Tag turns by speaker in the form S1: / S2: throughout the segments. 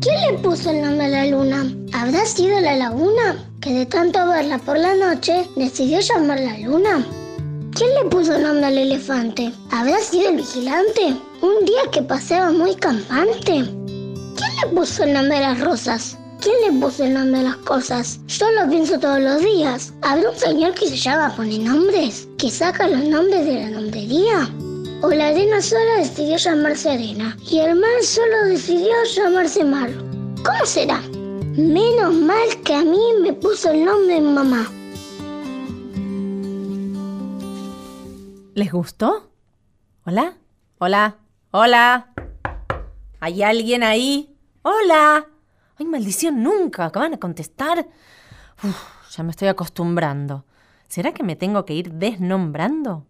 S1: ¿Quién puso el nombre a la luna? ¿Habrá sido la laguna? Que de tanto verla por la noche decidió llamarla luna. ¿Quién le puso nombre al elefante? ¿Habrá sido el vigilante? Un día que paseaba muy campante. ¿Quién le puso el nombre a las rosas? ¿Quién le puso el nombre a las cosas? Yo lo pienso todos los días. ¿Habrá un señor que se llama Pone Nombres? ¿Que saca los nombres de la nombrería? ¿O la arena sola decidió llamarse arena? ¿Y el mar solo decidió llamarse mar? ¿Cómo será? Menos mal que a mí me puso el nombre mi mamá.
S2: ¿Les gustó? ¿Hola? ¿Hola? ¿Hola? ¿Hay alguien ahí? ¡Hola! ¡Ay, maldición! Nunca acaban a contestar. Uf, ya me estoy acostumbrando. ¿Será que me tengo que ir desnombrando?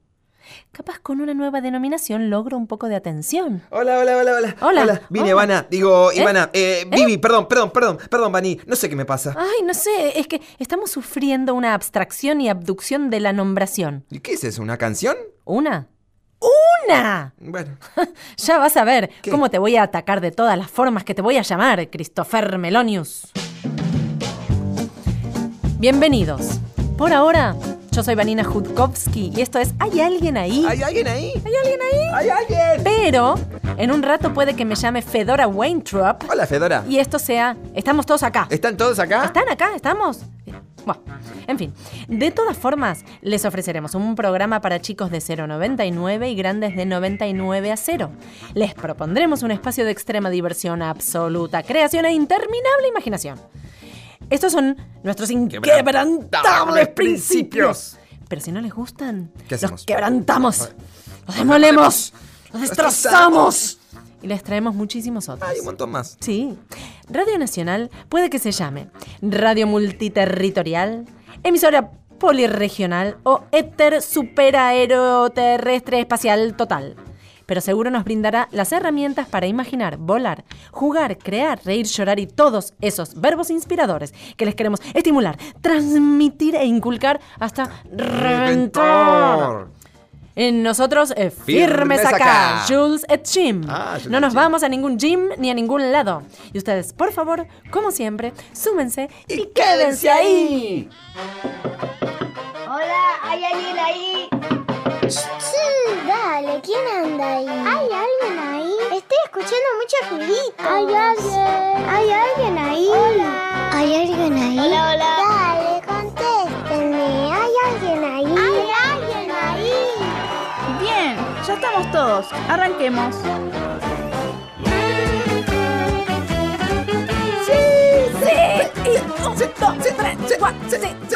S2: Capaz con una nueva denominación logro un poco de atención.
S3: Hola, hola, hola, hola.
S2: Hola,
S3: Vine,
S2: hola.
S3: Ivana. Digo,
S2: ¿Eh?
S3: Ivana. Eh, Vivi, perdón, perdón, perdón, perdón, Vani. No sé qué me pasa.
S2: Ay, no sé, es que estamos sufriendo una abstracción y abducción de la nombración.
S3: ¿Y ¿Qué es eso? ¿Una canción?
S2: ¿Una? ¡Una!
S3: Bueno,
S2: Ya vas a ver
S3: ¿Qué?
S2: cómo te voy a atacar de todas las formas que te voy a llamar, Christopher Melonius. Bienvenidos. Por ahora, yo soy Vanina Judkowski y esto es ¿Hay alguien ahí?
S3: ¿hay alguien ahí?
S2: ¿Hay alguien ahí?
S3: ¡Hay alguien!
S2: Pero en un rato puede que me llame Fedora Weintraub
S3: Hola, Fedora.
S2: y esto sea Estamos todos acá.
S3: ¿Están todos acá?
S2: ¿Están acá? ¿Estamos? Bueno, en fin. De todas formas, les ofreceremos un programa para chicos de 0,99 y grandes de 99 a 0. Les propondremos un espacio de extrema diversión, absoluta creación e interminable imaginación. Estos son nuestros inquebrantables
S3: Inquebrantables
S2: principios.
S3: principios.
S2: Pero si no les gustan,
S3: ¿Qué
S2: los
S3: hacemos?
S2: quebrantamos, los demolemos, los destrozamos
S3: destrozamos.
S2: y les traemos muchísimos otros.
S3: Hay un montón más.
S2: Sí. Radio Nacional puede que se llame Radio Multiterritorial, emisora polirregional o éter superaeroterrestre espacial total. Pero seguro nos brindará las herramientas para imaginar, volar, jugar, crear, reír, llorar y todos esos verbos inspiradores que les queremos estimular, transmitir e inculcar hasta reventar. En nosotros, eh, firmes,
S3: Firmes
S2: acá.
S3: acá.
S2: Jules et Jim.
S3: Ah, Jules
S2: no
S3: et
S2: nos
S3: Jim.
S2: vamos a ningún gym ni a ningún lado. Y ustedes, por favor, como siempre, súmense y, quédense ahí.
S4: Hola, ¿hay alguien ahí?
S1: Sí, dale, ¿quién anda ahí? ¿Hay alguien ahí? Estoy escuchando muchos ruiditos. ¿Hay alguien? ¿Hay alguien ahí? Hola. ¿Hay alguien ahí?
S4: Hola, hola.
S1: Dale, contéstenme. ¿Hay alguien ahí? ¿Hay alguien ahí?
S5: Bien, ya estamos todos. Arranquemos.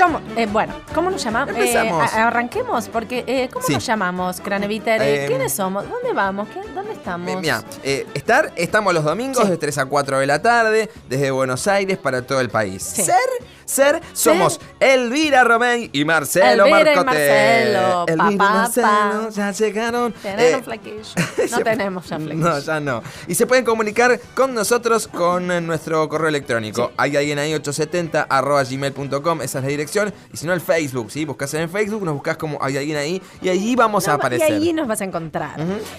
S2: ¿Cómo? Eh, bueno, ¿cómo nos llamamos? Eh,
S3: Empezamos.
S2: a- arranquemos, porque eh, ¿cómo
S3: Sí.
S2: nos llamamos, Craneviter? Eh,
S3: Eh,
S2: ¿Quiénes somos? ¿Dónde vamos? ¿Qué- ¿Dónde estamos?
S3: Mi- Mira, eh, estar, estamos los domingos
S2: Sí.
S3: de 3 a 4 de la tarde, desde Buenos Aires para todo el país.
S2: Sí.
S3: Ser, ser, somos Elvira Romey y Marcelo
S2: Elvira y
S3: Marcote.
S2: Marcelo,
S3: Elvira y
S2: pa, pa,
S3: Marcelo,
S2: pa.
S3: ya llegaron.
S2: Tenemos
S3: Eh,
S2: flaquillo.
S3: se-
S2: No tenemos ya flaquillo.
S3: No, ya no. Y se pueden comunicar con nosotros con eh, nuestro correo electrónico. Hay alguien ahí 870 arroba gmail.com, esa es la dirección. Y si no, el Facebook, ¿sí? Buscas en el Facebook, nos buscas como hay alguien ahí y allí vamos
S2: No,
S3: a aparecer.
S2: Y ahí nos vas a encontrar.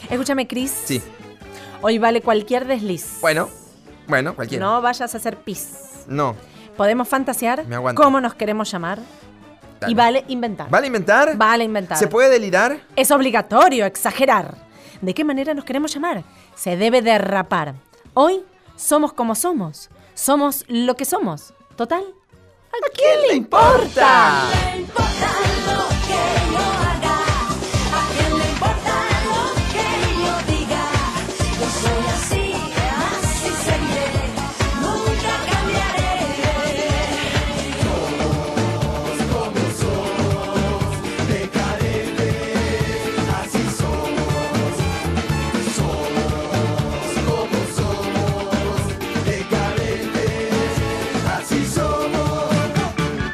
S2: Escúchame, Cris.
S3: Sí.
S2: Hoy vale cualquier desliz.
S3: Bueno, bueno, cualquiera.
S2: No vayas a hacer pis.
S3: No.
S2: Podemos fantasear
S3: Me aguanto.
S2: cómo nos queremos llamar
S3: Dale.
S2: y vale inventar.
S3: ¿Vale inventar?
S2: Vale inventar.
S3: ¿Se puede delirar?
S2: Es obligatorio exagerar. ¿De qué manera nos queremos llamar? Se debe derrapar. Hoy somos como somos. Somos lo que somos. Total. ¿A quién le importa?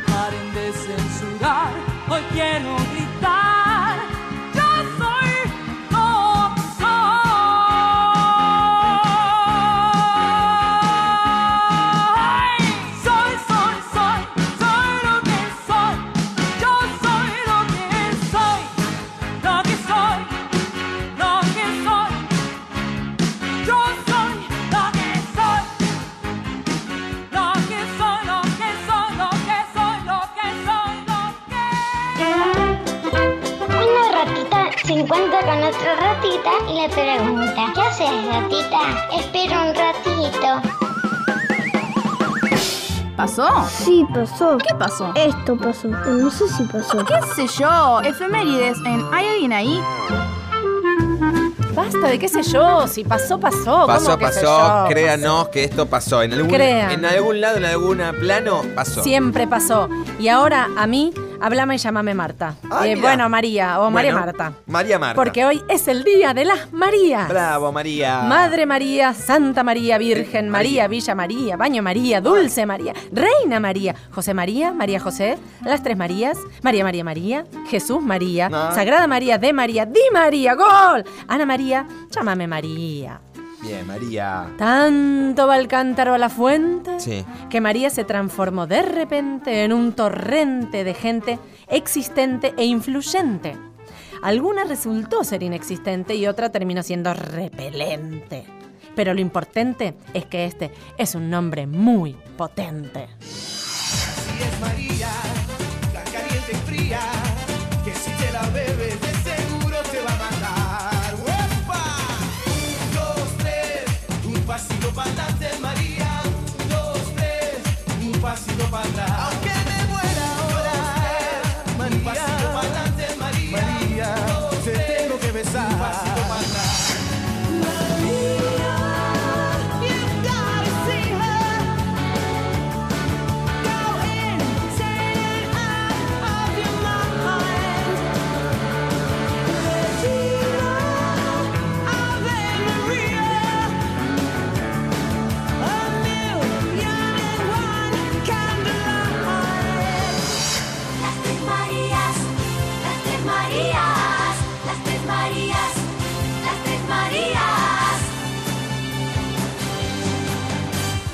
S6: paren de censurar
S7: encuentra con otra ratita y le pregunta, ¿qué haces ratita? Espera un ratito.
S5: ¿Pasó?
S1: Sí, pasó.
S5: ¿Qué pasó? Eh,
S1: Esto pasó. pero No sé si pasó.
S5: ¿Qué sé yo? Efemérides en ¿Hay alguien ahí?
S2: Basta de qué sé yo, si pasó, pasó.
S3: Pasó,
S2: ¿cómo qué sé
S3: pasó,
S2: yo?
S3: créanos que esto pasó. En algún,
S2: Crean.
S3: en algún lado, en algún plano, pasó.
S2: Siempre pasó. Y ahora a mí, hablame y llámame Marta.
S3: Ah,
S2: Eh,
S3: mira.
S2: bueno, María o María
S3: Bueno,
S2: Marta.
S3: María Marta.
S2: Porque hoy es el día de las Marías.
S3: Bravo, María.
S2: Madre María, Santa María, Virgen María, Villa María, Baño María, Dulce María, Reina María, José María, María José, las tres Marías, María María María, Jesús María,
S3: Ah.
S2: Sagrada María, de María, Di María, Gol, Ana María, llámame María.
S3: Bien, María.
S2: Tanto va el cántaro a la fuente
S3: Sí.
S2: que María se transformó de repente en un torrente de gente existente e influyente. Alguna resultó ser inexistente y otra terminó siendo repelente. Pero lo importante es que este es un nombre muy potente.
S8: tan caliente y fría que si te la bebes de seguro te va a matar. ¡Uepa! Un, dos, tres, un pasito para adelante, María. Un, dos, tres, un pasito para atrás. Aunque me muera ahora, María. Un pasito para adelante, María. María, te tengo que besar. Un pasito para atrás.
S6: Las tres Marías, las tres Marías, las tres Marías, las tres Marías.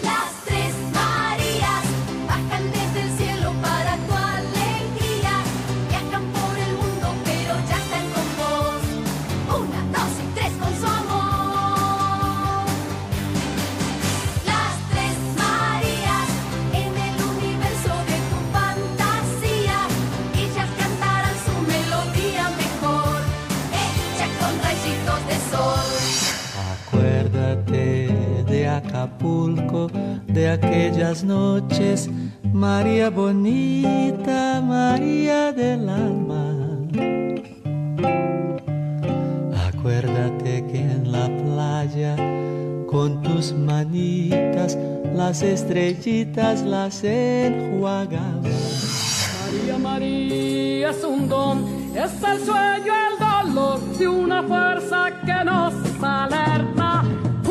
S6: Las tres Marías bajan desde el cielo para tu alegría. Viajan por el mundo, pero ya están con vos. Una, dos y tres con su amor. Las tres Marías en el universo de tu fantasía, ellas cantarán su melodía mejor, hecha con rayitos de sol.
S9: Acuérdate de Acapulco, de aquellas noches, María bonita, María del alma. Acuérdate que en la playa, con tus manitas, las estrellitas las enjuagabas.
S10: María María es un don, es el sueño, el dolor de una fuerza que nos alerta.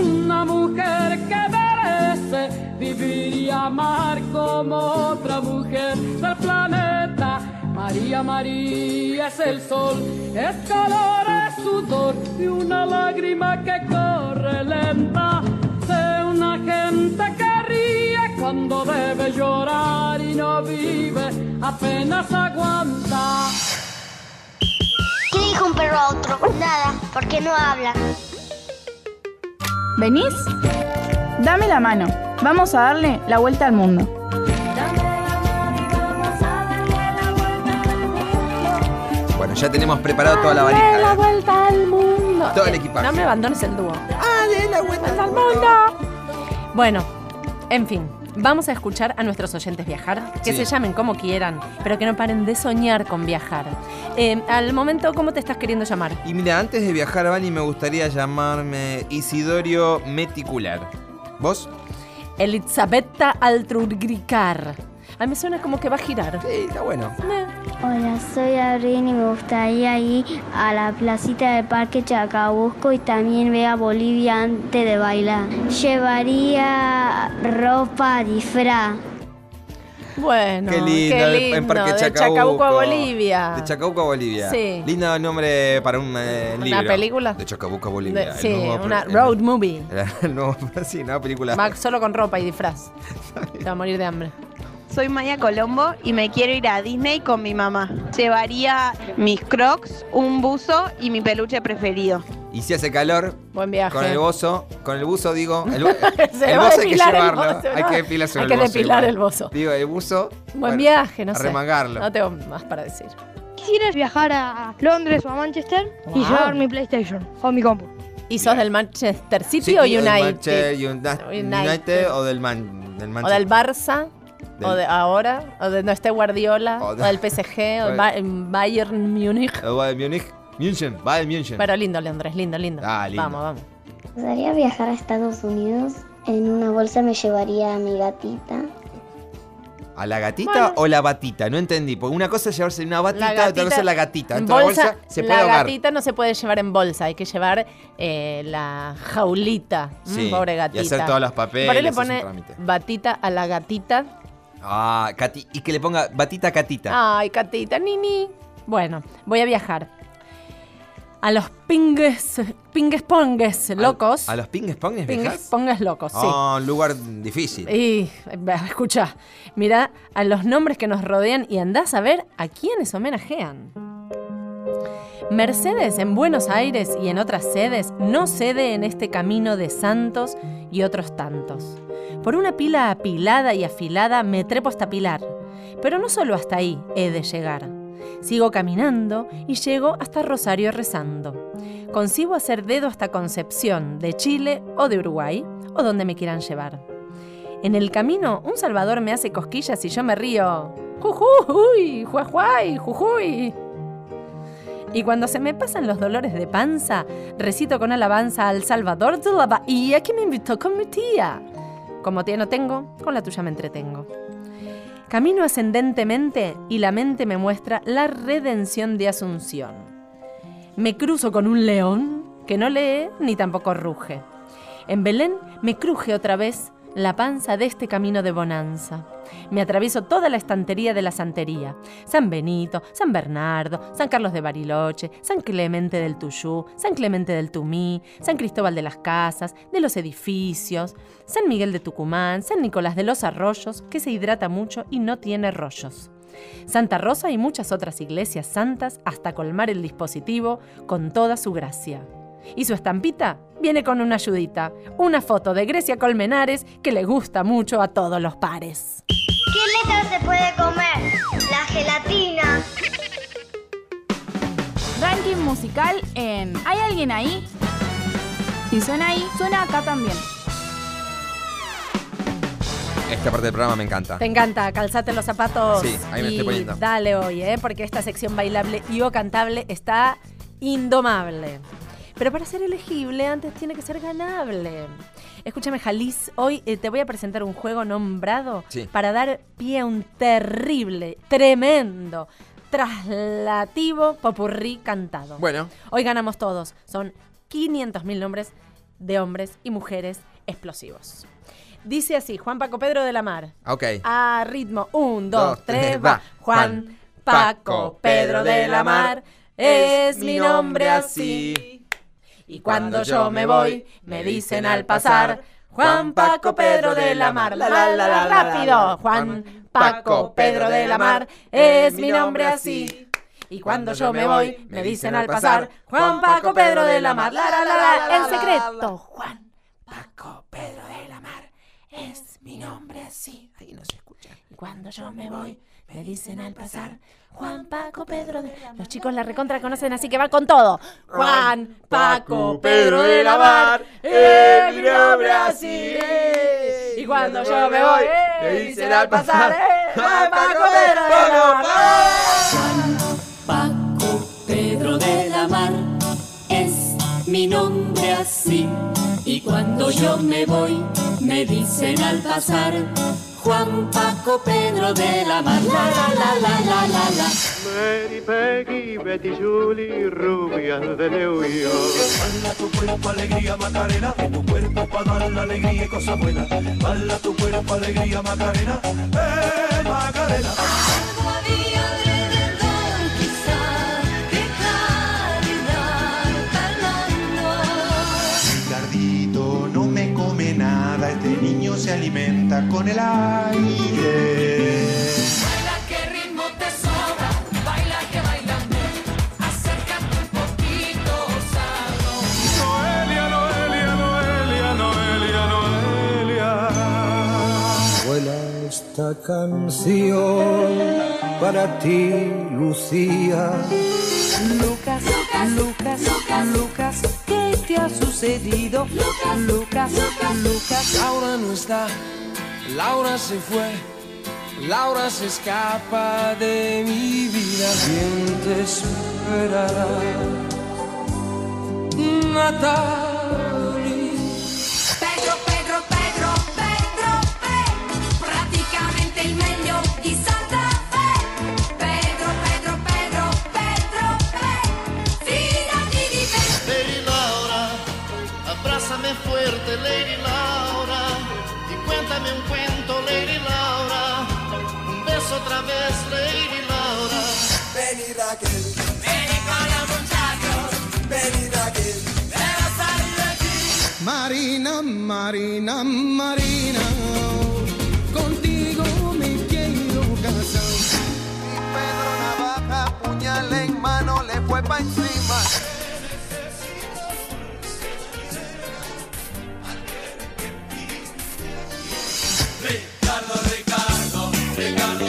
S10: Una mujer que merece vivir y amar como otra mujer del planeta. María María es el sol, es calor, es sudor y una lágrima que corre lenta. De una gente que ríe cuando debe llorar y no vive, apenas aguanta.
S7: ¿Qué dijo un perro a otro? Nada, porque no habla.
S5: ¿Venís? Dame la mano. Vamos a darle la vuelta al mundo.
S3: Bueno, ya tenemos preparado toda la valija.
S2: Dale la
S3: ¿eh?
S2: vuelta al mundo.
S3: Todo el
S2: Eh,
S3: equipaje.
S2: No me abandones el dúo.
S3: Dale la vuelta.
S2: ¡Al mundo! Bueno, en fin. Vamos a escuchar a nuestros oyentes viajar, que
S3: Sí.
S2: se llamen como quieran, pero que no paren de soñar con viajar. Eh, al momento, ¿cómo te estás queriendo llamar?
S3: Y mira, antes de viajar, Vani, me gustaría llamarme Isidorio Meticular. ¿Vos?
S2: Elizabetta Altrugricar. A mí me suena como que va a girar.
S3: Sí, está bueno.
S2: Eh,
S1: Hola, soy Abril y me gustaría ir a la placita del Parque Chacabuco y también ver a Bolivia antes de bailar. Llevaría ropa disfraz.
S2: Bueno,
S3: qué lindo,
S2: qué
S3: de-
S2: lindo,
S3: en Parque
S2: de
S3: Chacabuco.
S2: a Bolivia.
S3: De Chacabuco a Bolivia.
S2: Sí.
S3: Lindo nombre para un eh,
S2: ¿Una
S3: libro.
S2: película?
S3: De Chacabuco a
S2: De-
S3: Bolivia. el
S2: sí,
S3: nuevo-
S2: una
S3: el-
S2: road movie.
S3: el nuevo- sí, una película.
S2: Va solo con ropa y disfraz. Te va a morir de hambre.
S11: Soy Maya Colombo y me quiero ir a Disney con mi mamá. Llevaría mis crocs, un buzo y mi peluche preferido.
S3: Y si hace calor,
S2: Buen viaje.
S3: con el bozo, con el buzo digo, el, bu-
S2: Se
S3: el
S2: va a
S3: buzo hay que
S2: depilar el
S3: llevarlo,
S2: bozo,
S3: hay
S2: ¿no?
S3: que depilarse
S2: Hay
S3: el
S2: que
S3: bozo
S2: depilar
S3: igual.
S2: el bozo.
S3: Digo, el buzo.
S2: Buen viaje, no sé.
S3: Arremangarlo.
S2: No tengo más para decir.
S12: quisiera viajar a Londres o a Manchester y
S2: Wow.
S12: llevar mi PlayStation o mi compu.
S2: ¿Y sos del Manchester City o
S3: del
S2: United?
S3: Manchester Uni-
S2: United.
S3: United o del, man, del
S2: ¿O del
S3: Manchester.
S2: Barça? ¿O
S3: Del-
S2: de ahora? ¿O de no esté Guardiola?
S3: O
S2: ¿O,
S3: de-
S2: del PSG? ¿O del Ba- Bayern Múnich?
S3: O del Múnich. München, va del München.
S2: Pero lindo, Londres, lindo, lindo.
S3: Ah, lindo.
S2: Vamos, vamos.
S1: Me gustaría viajar a Estados Unidos. En una bolsa me llevaría a mi gatita.
S3: ¿A la gatita
S1: Bueno.
S3: o la batita? No entendí. Porque una cosa es llevarse una batita, otra cosa es la gatita.
S2: en
S3: Dentro de la bolsa se puede
S2: la
S3: ahogar.
S2: gatita no se puede llevar en bolsa, hay que llevar eh, la jaulita. Mm,
S3: Sí,
S2: pobre
S3: y
S2: gatita.
S3: hacer todos los papeles,
S2: Por ahí le
S3: es un
S2: pone
S3: trámite.
S2: batita a la gatita.
S3: Ah, Cati- y que le ponga batita catita.
S2: Ay, Catita, nini. Bueno, voy a viajar. A los pingues, pingues pongues locos.
S3: ¿A los pingues pongues
S2: pingues
S3: viajas?
S2: pongues locos, sí.
S3: Ah, un lugar difícil.
S2: Y bah, escucha, mira a los nombres que nos rodean y andás a ver a quiénes homenajean. Mercedes en Buenos Aires y en otras sedes no cede en este camino de santos y otros tantos. Por una pila apilada y afilada me trepo hasta Pilar, pero no solo hasta ahí he de llegar. Sigo caminando y llego hasta Rosario rezando. Consigo hacer dedo hasta Concepción, de Chile o de Uruguay, o donde me quieran llevar. En el camino, un salvador me hace cosquillas y yo me río. ¡Jujuy! ¡Juajuay! ¡Jujuy! Y cuando se me pasan los dolores de panza, recito con alabanza al Salvador de la Bahía que me invitó con mi tía. Como tía no tengo, con la tuya me entretengo. Camino ascendentemente y la mente me muestra la redención de Asunción. Me cruzo con un león que no lee ni tampoco ruge. En Belén me cruje otra vez la panza de este camino de bonanza. Me atravieso toda la estantería de la santería. San Benito, San Bernardo, San Carlos de Bariloche, San Clemente del Tuyú, San Clemente del Tumí, San Cristóbal de las Casas, de los edificios, San Miguel de Tucumán, San Nicolás de los Arroyos, que se hidrata mucho y no tiene rollos. Santa Rosa y muchas otras iglesias santas hasta colmar el dispositivo con toda su gracia. Y su estampita viene con una ayudita, una foto de Grecia Colmenares que le gusta mucho a todos los pares.
S13: ¿Qué letra se puede comer? La gelatina.
S5: Ranking musical en ¿Hay alguien ahí? Si suena ahí, suena acá también.
S3: Esta parte del programa me encanta.
S2: Te encanta, calzate los zapatos.
S3: Sí, ahí me
S2: y
S3: estoy poniendo.
S2: Dale hoy, ¿eh? porque esta sección bailable y o cantable está indomable. Pero para ser elegible antes tiene que ser ganable. Escúchame, Jalis, hoy eh, te voy a presentar un juego nombrado
S14: Sí.
S2: para dar pie a un terrible, tremendo, traslativo popurrí cantado.
S3: Bueno.
S2: Hoy ganamos todos. Son 500.000 nombres de hombres y mujeres explosivos. Dice así, Juan Paco Pedro de la Mar.
S3: Ok.
S2: A ritmo, un,
S3: Dos,
S2: dos,
S3: tres,
S2: tres,
S3: va.
S2: va. Juan, Paco, Pedro de la Mar, es mi nombre así. Y cuando yo me voy, me dicen al pasar, Juan, Paco, Pedro de la Mar, la, la, la, la, rápido. Juan, Paco, Pedro de la Mar, es mi nombre así. Y cuando yo me voy, me dicen al pasar, Juan, Paco, Pedro de la Mar, la, la, la, la, en secreto. Juan, Paco, Pedro de la Mar, es mi nombre así. Ahí no se escucha. Y cuando yo me voy, me dicen al pasar, Juan, Paco, Pedro de la Los chicos la recontra conocen, así que va con todo. Juan, Paco, Pedro de la Mar, es mi nombre así. Y cuando yo me voy, me dicen al pasar, eh, Juan, Paco, Pedro de la Mar.
S15: Pedro de la Mar es mi nombre así. Y cuando yo me voy, me dicen al pasar, Juan Paco Pedro de la Mar, la la la la la la la.
S16: Mary, Peggy, Betty, Julie, rubias de New York.
S6: Bala tu cuerpo, alegría, Macarena. Que tu cuerpo para dar la alegría y cosas buenas. Bala tu cuerpo, alegría, Macarena. ¡Eh, Macarena!
S17: Había alrededor quizá de claridad carnal
S9: Ricardito no me come nada, este niño se alimenta con el aire.
S17: Baila que ritmo te sobra, baila que bailame Acércate un poquito, osado
S6: Noelia, Noelia, Noelia, Noelia, Noelia.
S18: Vuela este
S14: esta canción para ti, Lucía.
S18: Lucas, Lucas, Lucas, Lucas, ¿qué te ha sucedido? Lucas, Lucas, Lucas,
S19: Laura no está, Laura se fue, Laura se escapa de mi vida. ¿Quién te esperará? Natalie.
S17: Pedro, Pedro, Pedro, Pedro, è praticamente il meglio di Santa Fe. Pedro, Pedro, Pedro, Pedro, è fidati di me.
S20: Lady Laura, abrázame fuerte, Lady Laura, y cuéntame un cuento, Lady Laura, un beso otra vez, Lady Laura. Vení Raquel, vení con los muchachos, vení Raquel, debes salir de aquí.
S14: Marina, Marina, Marina, contigo me quiero casar.
S6: Pedro Navaja, puñal en mano, le fue pa' encima.
S19: Ricardo, Ricardo, Ricardo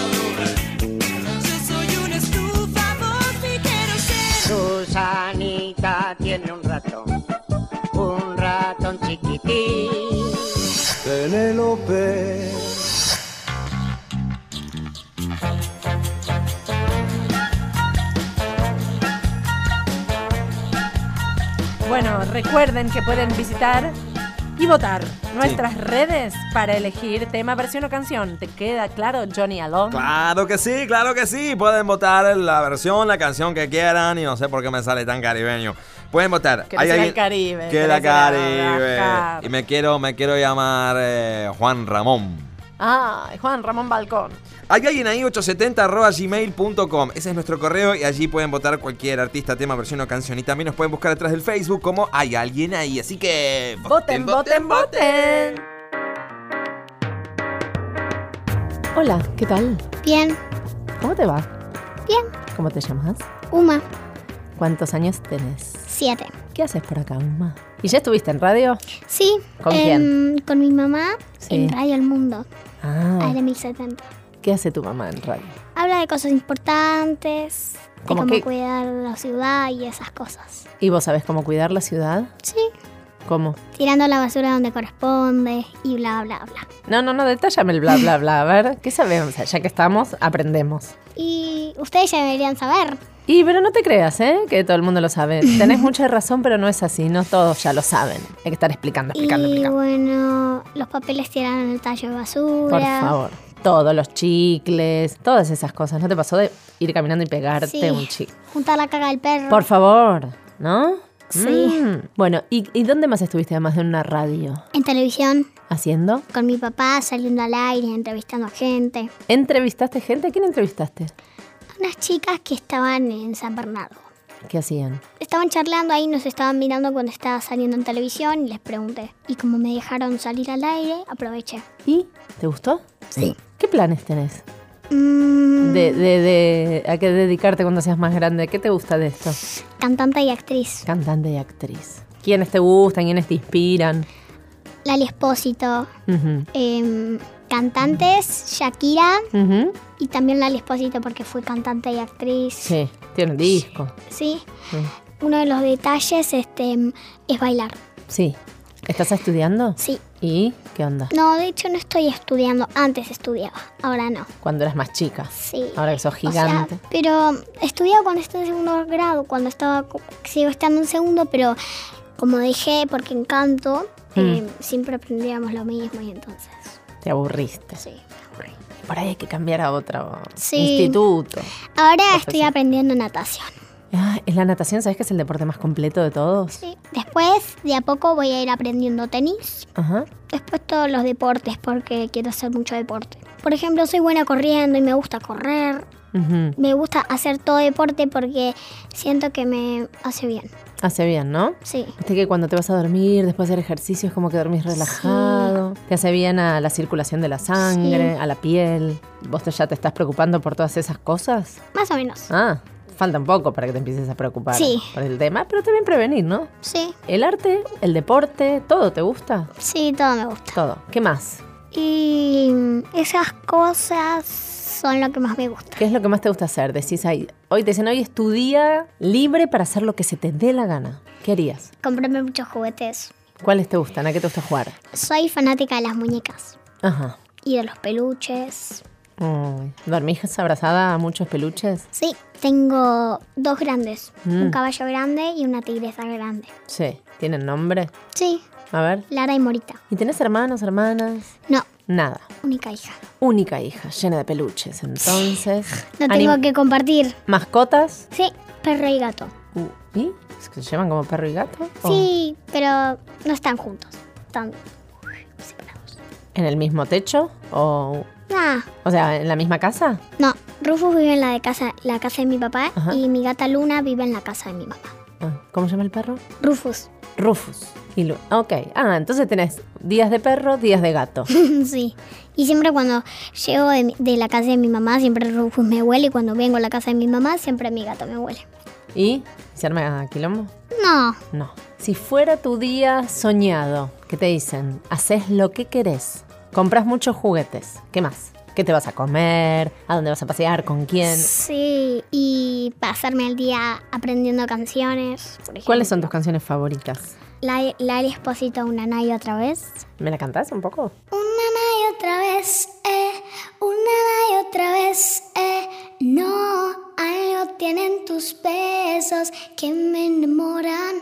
S17: Yo soy una estufa, vos mi queroseno.
S21: Susanita tiene un ratón, un ratón chiquitín.
S14: Penélope.
S2: Bueno, recuerden que pueden visitar y votar nuestras redes para elegir tema, versión o canción. ¿Te queda claro, Johnny Alon?
S3: Claro que sí, claro que sí. Pueden votar la versión, la canción que quieran y no sé por qué me sale tan caribeño. Pueden votar.
S2: Que no sea el Caribe,
S3: Que
S2: que
S3: la
S2: no sea la
S3: Caribe.
S2: Baja.
S3: Y me quiero, me quiero llamar eh, Juan Ramón.
S2: Ah, Juan Ramón Balcón.
S3: Hay alguien ahí, 870.gmail.com. Ese es nuestro correo y allí pueden votar cualquier artista, tema, versión o canción. Y también nos pueden buscar atrás del Facebook como Hay alguien ahí. Así que...
S2: Voten, voten, voten. Hola, ¿qué tal?
S13: Bien,
S2: ¿Cómo te va?
S13: bien.
S2: ¿Cómo te llamas?
S13: Uma,
S2: ¿Cuántos años tenés?
S13: siete.
S2: ¿Qué haces por acá, Uma? ¿Y ya estuviste en radio?
S13: Sí.
S2: ¿Con
S13: em, Con mi mamá
S2: Sí.
S13: en Radio El Mundo,
S2: Ah,
S13: AM1070.
S2: ¿qué hace tu mamá en radio?
S13: Habla de cosas importantes, de
S2: ¿Cómo
S13: cómo
S2: qué?
S13: cuidar la ciudad y esas cosas.
S2: ¿Y vos sabés cómo cuidar la ciudad?
S13: Sí,
S2: ¿Cómo?
S13: tirando la basura donde corresponde y bla, bla, bla.
S2: No, no, no, detállame el bla, bla, bla. A ver, ¿qué sabemos? O sea, ya que estamos, aprendemos.
S13: Y ustedes ya deberían saber.
S2: Y pero no te creas, ¿eh? Que todo el mundo lo sabe. Tenés mucha razón, pero no es así. No todos ya lo saben. Hay que estar explicando, explicando,
S13: y
S2: explicando.
S13: bueno, los papeles tiraron en el tallo de basura.
S2: Por favor. Todos los chicles, todas esas cosas. ¿No te pasó de ir caminando y pegarte
S13: Sí.
S2: un chicle?
S13: Juntar la caga del perro.
S2: Por favor, ¿no?
S13: Sí.
S2: Mm. Bueno, ¿y, y dónde más estuviste además de una radio?
S13: En televisión,
S2: ¿Haciendo?
S13: con mi papá, saliendo al aire, entrevistando a gente.
S2: ¿Entrevistaste gente? ¿A quién entrevistaste?
S13: Unas chicas que estaban en San Bernardo.
S2: ¿Qué hacían?
S13: Estaban charlando ahí, nos estaban mirando cuando estaba saliendo en televisión y les pregunté. Y como me dejaron salir al aire, aproveché.
S2: ¿Y? ¿Te gustó?
S13: Sí.
S2: ¿Qué planes tenés?
S13: Mm.
S2: De, de, de- ¿A qué dedicarte cuando seas más grande? ¿Qué te gusta de esto?
S13: Cantante y actriz.
S2: Cantante y actriz. ¿Quiénes te gustan? ¿Quiénes te inspiran?
S13: Lali Espósito.
S2: Ujú.
S13: em, cantantes, Shakira.
S2: Ujú.
S13: Y también Lali Espósito porque fue cantante y actriz.
S2: Sí, tiene disco.
S13: Sí.
S2: Sí.
S13: Uno de los detalles este, em, es bailar.
S2: Sí. ¿Estás estudiando?
S13: Sí.
S2: ¿Y qué onda?
S13: No, de hecho no estoy estudiando. Antes estudiaba, ahora no.
S2: Cuando eras más chica.
S13: Sí.
S2: Ahora que sos
S13: O sea,
S2: gigante.
S13: pero estudiaba cuando estaba en segundo grado, cuando estaba, co- sigo estando en segundo, pero como dejé porque en canto,
S2: Mm.
S13: eh, siempre aprendíamos lo mismo y entonces.
S2: Te aburriste.
S13: Sí,
S2: Y Por ahí hay que cambiar a otro
S13: Sí.
S2: instituto.
S13: Ahora estoy
S2: Profesión.
S13: aprendiendo natación.
S2: Ah, ¿Es la natación? ¿Sabes que es el deporte más completo de todos?
S13: Sí. Después, de a poco, voy a ir aprendiendo tenis.
S2: Ajá.
S13: Después todos los deportes, porque quiero hacer mucho deporte. Por ejemplo, soy buena corriendo y me gusta correr.
S2: Ujú.
S13: Me gusta hacer todo deporte porque siento que me hace bien.
S2: Hace bien, ¿no?
S13: Sí.
S2: Viste que cuando te vas a dormir, después de hacer ejercicio, es como que dormís relajado. Te hace bien a la circulación de la sangre,
S13: Sí.
S2: a la piel. ¿Vos te- ya te estás preocupando por todas esas cosas?
S13: Más o menos.
S2: Ah, falta un poco para que te empieces a preocupar
S13: Sí.
S2: por el tema, pero también prevenir, ¿no?
S13: Sí.
S2: ¿El arte, el deporte, todo te gusta?
S13: Sí, todo me gusta.
S2: Todo. ¿Qué más?
S13: Y mm, esas cosas son lo que más me gusta.
S2: ¿Qué es lo que más te gusta hacer? Decís ahí, hoy te dicen, hoy es tu día libre para hacer lo que se te dé la gana. ¿Qué harías?
S13: Comprarme muchos juguetes.
S2: ¿Cuáles te gustan? ¿A qué te gusta jugar?
S13: Soy fanática de las muñecas
S2: Ajá.
S13: y de los peluches.
S2: Ay, ¿Dormís abrazada a muchos peluches?
S13: Sí, tengo dos grandes.
S2: Mm.
S13: Un caballo grande y una tigresa grande.
S2: Sí. ¿Tienen nombre?
S13: Sí,
S2: A ver.
S13: Lara y Morita.
S2: ¿Y tenés hermanos, hermanas?
S13: No,
S2: Nada.
S13: única hija.
S2: Única hija, llena de peluches. Entonces.
S13: No tengo
S2: anim-
S13: que compartir.
S2: ¿Mascotas?
S13: Sí, perro y gato.
S2: Uh, ¿Y? ¿Es que ¿Se llaman como perro y gato? ¿O
S13: Sí, pero no están juntos. Están...
S2: ¿En el mismo techo? ¿O,
S13: Ah,
S2: o sea, en la misma casa?
S13: no. Rufus vive en la de casa, la casa de mi papá
S2: Ajá.
S13: y mi gata Luna vive en la casa de mi mamá.
S2: Ah, ¿Cómo se llama el perro?
S13: Rufus.
S2: Rufus. Y Lu- ok. Ah, entonces tenés días de perro, días de gato.
S13: sí. Y siempre cuando llego de, mi- de la casa de mi mamá, siempre Rufus me huele y cuando vengo a la casa de mi mamá, siempre mi gato me huele.
S2: ¿Y? ¿Se arma quilombo?
S13: No,
S2: No. Si fuera tu día soñado, ¿qué te dicen? Haces lo que querés. Compras muchos juguetes. ¿Qué más? ¿Qué te vas a comer? ¿A dónde vas a pasear? ¿Con quién?
S13: sí. Y pasarme el día aprendiendo canciones. Por ejemplo,
S2: ¿Cuáles son tus canciones favoritas?
S13: La, la Lali Espósito, una y otra vez.
S2: ¿Me la cantás un poco?
S13: Una y otra vez, eh, una y otra vez, eh, no, algo tienen tus besos que me enamoran,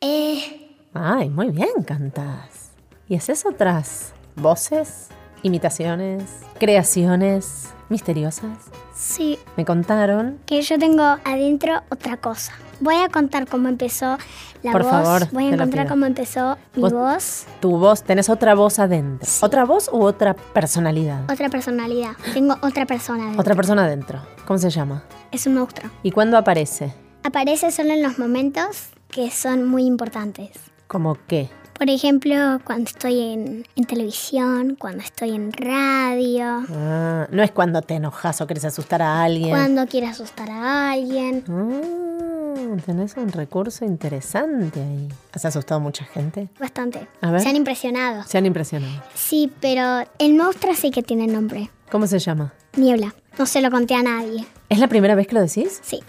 S13: eh.
S2: Ay, muy bien cantás. ¿Y haces otras voces, imitaciones, creaciones misteriosas?
S13: Sí,
S2: Me contaron.
S13: que yo tengo adentro otra cosa. Voy a contar cómo empezó la
S2: Por
S13: voz,
S2: favor,
S13: voy
S2: te
S13: a
S2: lo
S13: contar
S2: pido.
S13: cómo empezó mi
S2: Vos-
S13: voz,
S2: Tu voz, tenés otra voz adentro. ¿Otra voz u otra personalidad?
S13: otra personalidad, tengo otra persona adentro.
S2: Otra persona adentro. ¿Cómo se llama?
S13: Es un monstruo.
S2: ¿Y cuándo aparece?
S13: Aparece solo en los momentos que son muy importantes.
S2: ¿Cómo qué?
S13: Por ejemplo, cuando estoy en, en televisión, cuando estoy en radio,
S2: Ah, no es cuando te enojas o querés asustar a alguien.
S13: cuando quiero asustar a alguien.
S2: Ah, tenés un recurso interesante ahí. ¿Has asustado a mucha gente?
S13: Bastante.
S2: A ver.
S13: Se han impresionado.
S2: Se han impresionado.
S13: Sí, pero el monstruo sí que tiene nombre.
S2: ¿Cómo se llama?
S13: Niebla. No se lo conté a nadie.
S2: ¿Es la primera vez que lo decís? ¡Ah!
S13: Sí.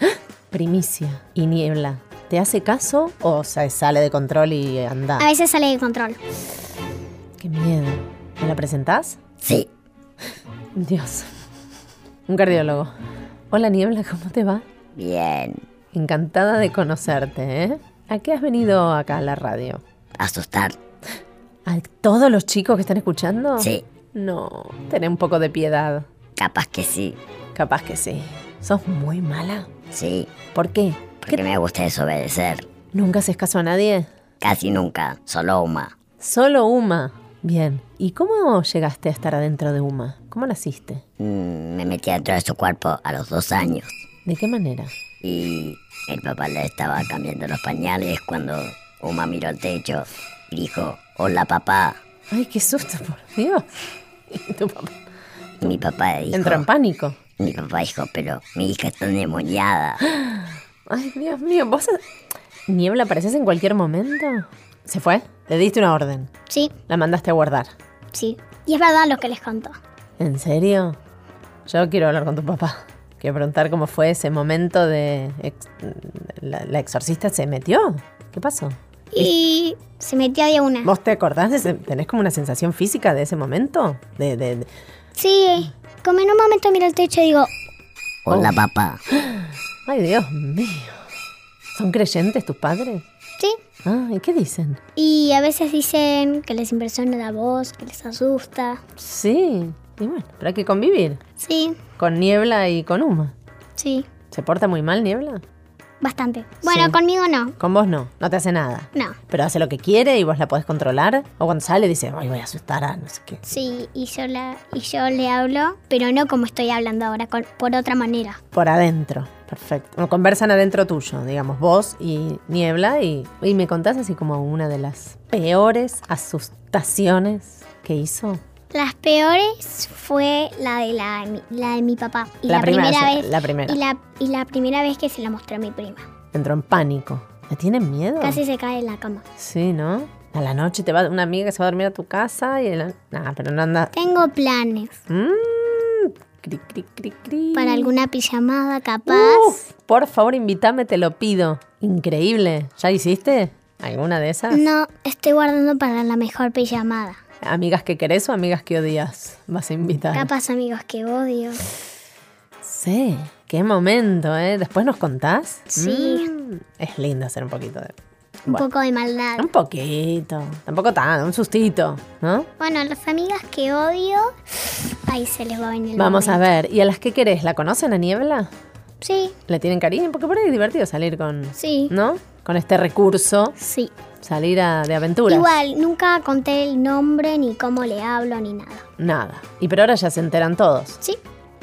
S2: Primicia y niebla. ¿Te hace caso o se sale de control y anda?
S13: A veces sale de control.
S2: Qué miedo. ¿Me la presentás?
S13: Sí.
S2: Dios. Un cardiólogo. Hola Niebla, ¿cómo te va?
S22: Bien,
S2: Encantada de conocerte, ¿eh? ¿A qué has venido acá a la radio?
S22: asustar.
S2: ¿A todos los chicos que están
S13: Oh.
S2: escuchando?
S22: Sí.
S2: No, tené un poco de piedad.
S22: Capaz que sí,
S2: Capaz que sí. ¿Sos muy mala?
S22: sí.
S2: ¿Por qué?
S22: Porque me gusta desobedecer.
S2: ¿Nunca haces caso a nadie?
S22: Casi nunca, solo Uma.
S2: Solo Uma. Bien. ¿Y cómo llegaste a estar adentro de Uma? ¿Cómo naciste?
S22: Mm, me metí dentro de su cuerpo a los dos años.
S2: ¿De qué manera?
S22: Y el papá le estaba cambiando los pañales cuando Uma miró al techo y dijo, hola papá.
S2: Ay, qué susto, por Dios. Y tu papá
S22: Y mi papá dijo...
S2: entró en pánico.
S22: Mi papá dijo, pero mi hija está endemoniada.
S2: Ay, Dios mío, vos... Niebla, apareces en cualquier momento. ¿Se fue? Le diste una orden.
S13: Sí,
S2: La mandaste a guardar.
S13: sí. Y es verdad lo que les contó.
S2: ¿En serio? Yo quiero hablar con tu papá. Quiero preguntar cómo fue ese momento de... ex- La, la exorcista se metió. ¿Qué pasó?
S13: Y se metió de una.
S2: ¿Vos te acordás? de ese- ¿Tenés como una sensación física de ese momento? De, de- de-
S13: Sí, como en un momento miro el techo y digo,
S22: Hola papá.
S2: Ay, Dios mío. ¿Son creyentes tus padres?
S13: Sí.
S2: Ah, ¿y qué dicen?
S13: y a veces dicen que les impresiona la voz, que les asusta.
S2: Sí. Y bueno, pero hay que convivir.
S13: Sí,
S2: Con Niebla y con Uma.
S13: sí,
S2: ¿Se porta muy mal Niebla?
S13: bastante. Bueno,
S2: Sí.
S13: conmigo no.
S2: Con vos no, no te hace nada.
S13: No.
S2: Pero hace lo que quiere y vos la podés controlar. O cuando sale dice, ay, voy a asustar a no sé qué.
S13: Sí, y yo, la, y yo le hablo, pero no como estoy hablando ahora, con- por otra manera.
S2: Por adentro. Perfecto. Bueno, conversan adentro tuyo, digamos, vos y Niebla. Y, y me contás así como una de las peores asustaciones que hizo.
S13: Las peores fue la de la, de mi- la de mi papá. Y
S2: La
S13: la,
S2: primera,
S13: primera,
S2: o sea,
S13: vez.
S2: la primera.
S13: Y la, y la primera vez que se la mostré a mi prima.
S2: Entró en pánico. ¿Le tienen miedo?
S13: Casi se cae en la cama.
S2: Sí, ¿no? A la noche te va una amiga que se va a dormir a tu casa y... el- Nah, pero no anda...
S13: Tengo planes.
S2: Mm, cri, cri, cri, cri.
S13: Para alguna pijamada capaz.
S2: Uf, por favor, invítame, te lo pido. Increíble. ¿Ya hiciste alguna de esas?
S13: No, estoy guardando para la mejor pijamada.
S2: ¿Amigas que querés o amigas que odias? Vas a invitar.
S13: Capaz, amigos, que odio.
S2: Sí, qué momento, ¿eh? ¿Después nos contás?
S13: Sí.
S2: Mm, es lindo hacer un poquito de...
S13: Un
S2: Bueno,
S13: poco de maldad.
S2: Un poquito. Tampoco tanto, un sustito, ¿no?
S13: Bueno, las amigas que odio, ahí se les va a venir. el
S2: Vamos a
S13: momento.
S2: ver. ¿Y a las que querés? ¿La conocen a Niebla?
S13: Sí,
S2: ¿Le tienen cariño? Porque por ahí es divertido salir con...
S13: sí.
S2: ¿No? Con este recurso.
S13: Sí.
S2: Salir a- de aventuras.
S13: Igual, nunca conté el nombre, ni cómo le hablo, ni nada.
S2: Nada. Y pero ahora ya se enteran todos.
S13: Sí.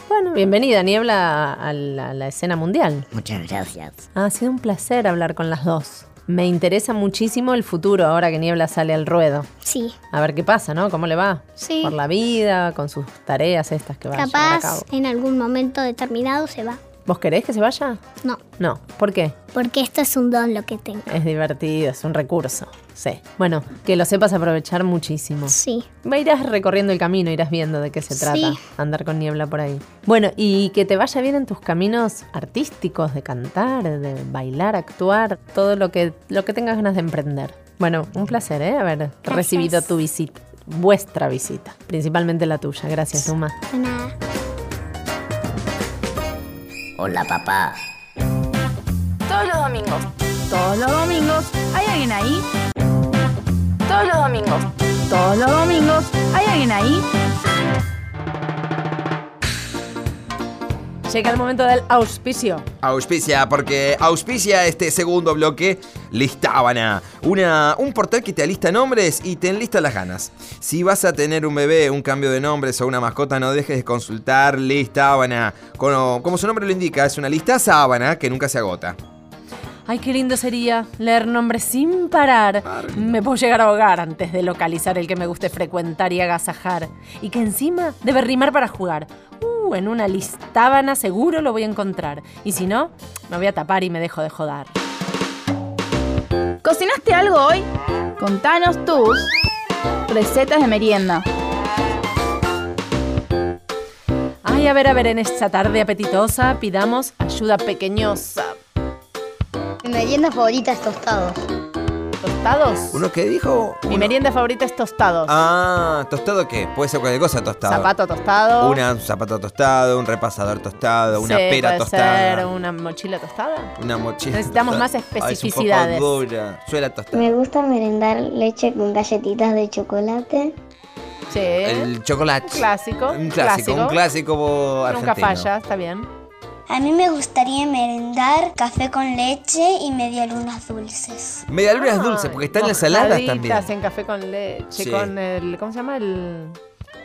S2: Bueno, bienvenida, Niebla, a la, a la escena mundial.
S22: Muchas gracias.
S2: Ha sido un placer hablar con las dos. Me interesa muchísimo el futuro ahora que Niebla sale al ruedo.
S13: Sí.
S2: A ver qué pasa, ¿no? ¿Cómo le va?
S13: Sí.
S2: Por la vida, con sus tareas estas que va a llevar a
S13: Capaz,
S2: cabo.
S13: en algún momento determinado se va.
S2: ¿Vos querés que se vaya?
S13: No,
S2: No. ¿Por qué?
S13: porque esto es un don lo que tengo.
S2: Es divertido, es un recurso. Sí. Bueno, que lo sepas aprovechar muchísimo.
S13: Sí.
S2: Va, Irás recorriendo el camino, irás viendo de qué se trata
S13: Sí.
S2: andar con niebla por ahí. Bueno, y que te vaya bien en tus caminos artísticos, de cantar, de bailar, actuar, todo lo que, lo que tengas ganas de emprender. Bueno, un placer, ¿eh? Haber recibido tu visita, vuestra visita, principalmente la tuya. Gracias, Tuma.
S13: De nada.
S22: Hola, papá.
S5: Todos los domingos. Todos los domingos. ¿Hay alguien ahí? Todos los domingos. Todos los domingos. ¿Hay alguien ahí?
S2: Llega el momento del auspicio.
S3: Auspicia, porque auspicia este segundo bloque Listábana. Una, un portal que te alista nombres y te enlista las ganas. Si vas a tener un bebé, un cambio de nombres o una mascota, no dejes de consultar Listábana. Como, como su nombre lo indica, es una lista sábana que nunca se agota.
S2: Ay, qué lindo sería leer nombres sin parar. Me puedo llegar a ahogar antes de localizar el que me guste frecuentar y agasajar. Y que encima debe rimar para jugar. Uh, en una listábana seguro lo voy a encontrar. Y si no, me voy a tapar y me dejo de jodar.
S5: ¿Cocinaste algo hoy? Contanos tus recetas de merienda.
S2: Ay, a ver, a ver, en esta tarde apetitosa pidamos ayuda pequeñosa.
S10: Mi merienda favorita es tostados.
S2: ¿Tostados?
S3: ¿Uno qué dijo?
S2: Mi merienda favorita es tostados.
S3: Ah, ¿tostado qué? Puede ser cualquier cosa tostado.
S2: Zapato tostado.
S3: Una, un zapato tostado, un repasador tostado, una
S2: Sí,
S3: pera
S2: puede
S3: tostada.
S2: ser una mochila tostada.
S3: Una mochila.
S2: Necesitamos
S3: tostada.
S2: más
S3: Ay, es un poco
S2: especificidades.
S3: dura. Suela tostada.
S1: Me gusta merendar leche con galletitas de chocolate.
S2: Sí.
S3: El chocolate.
S2: ¿Eh? Un clásico.
S3: Un clásico, un clásico bo- argentino.
S2: Nunca falla, está bien.
S10: A mí me gustaría merendar café con leche y medialunas dulces.
S3: Medialunas dulces, porque están las saladas también.
S2: Hacen café con leche,
S3: Sí.
S2: con el. ¿Cómo se llama? El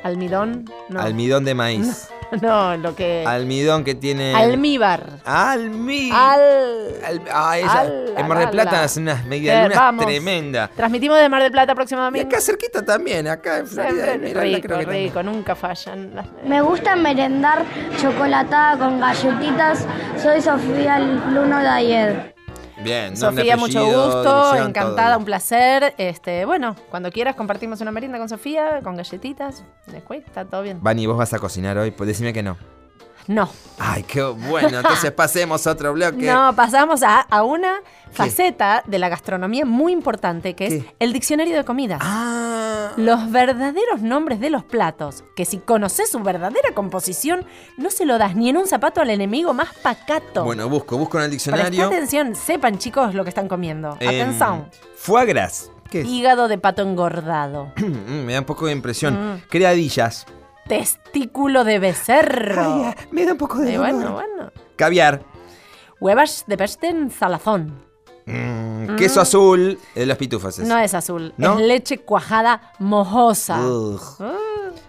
S2: almidón. No.
S3: Almidón de maíz.
S2: No, lo que.
S3: Almidón que tiene.
S2: Almíbar.
S3: Almí.
S2: Al.
S3: Al- ah, esa-
S2: Al-
S3: en Mar del
S2: al-
S3: Plata
S2: al-
S3: hacen unas
S2: Eh,
S3: medialunas
S2: vamos.
S3: tremendas.
S2: Transmitimos de Mar del Plata próximamente.
S3: acá cerquita también, acá en Florida, en
S2: Siempre
S3: Miranda
S2: rico,
S3: creo que también.
S2: rico, nunca fallan. las- eh,
S23: Me gusta merendar chocolatada con galletitas. Soy Sofía Luno Dayer.
S3: Bien, nombre,
S2: Sofía, mucho
S3: apellido,
S2: gusto,
S3: dirección,
S2: encantada,
S3: todo.
S2: un placer. Este, bueno, cuando quieras compartimos una merienda con Sofía, con galletitas, después está todo bien.
S3: Vani, vos vas a cocinar hoy, pues decime que no.
S2: No.
S3: Ay, qué bueno. Entonces pasemos a otro bloque.
S2: No, pasamos a, a una faceta de la gastronomía muy importante, que es
S3: ¿Qué? Ah.
S2: el diccionario de comidas. Los verdaderos nombres de los platos, que si conoces su verdadera composición, no se lo das ni en un zapato al enemigo más pacato.
S3: Bueno, busco, busco en el
S2: Presta
S3: diccionario.
S2: atención, sepan chicos lo que están comiendo.
S3: Em,
S2: Atención.
S3: Foie gras. ¿Qué es?
S2: Hígado de pato engordado.
S3: Mm, me da un poco de impresión.
S2: Mm.
S3: Creadillas.
S2: Testículo de becerro.
S3: me da un poco
S2: de Bueno, bueno.
S3: Caviar.
S2: Huevas de peste en salazón.
S3: Mm,
S2: Mm.
S3: Queso azul. eh, las pitufas. es.
S2: No es azul,
S3: ¿No?
S2: es leche cuajada mojosa.
S3: Ugh.
S2: Ah.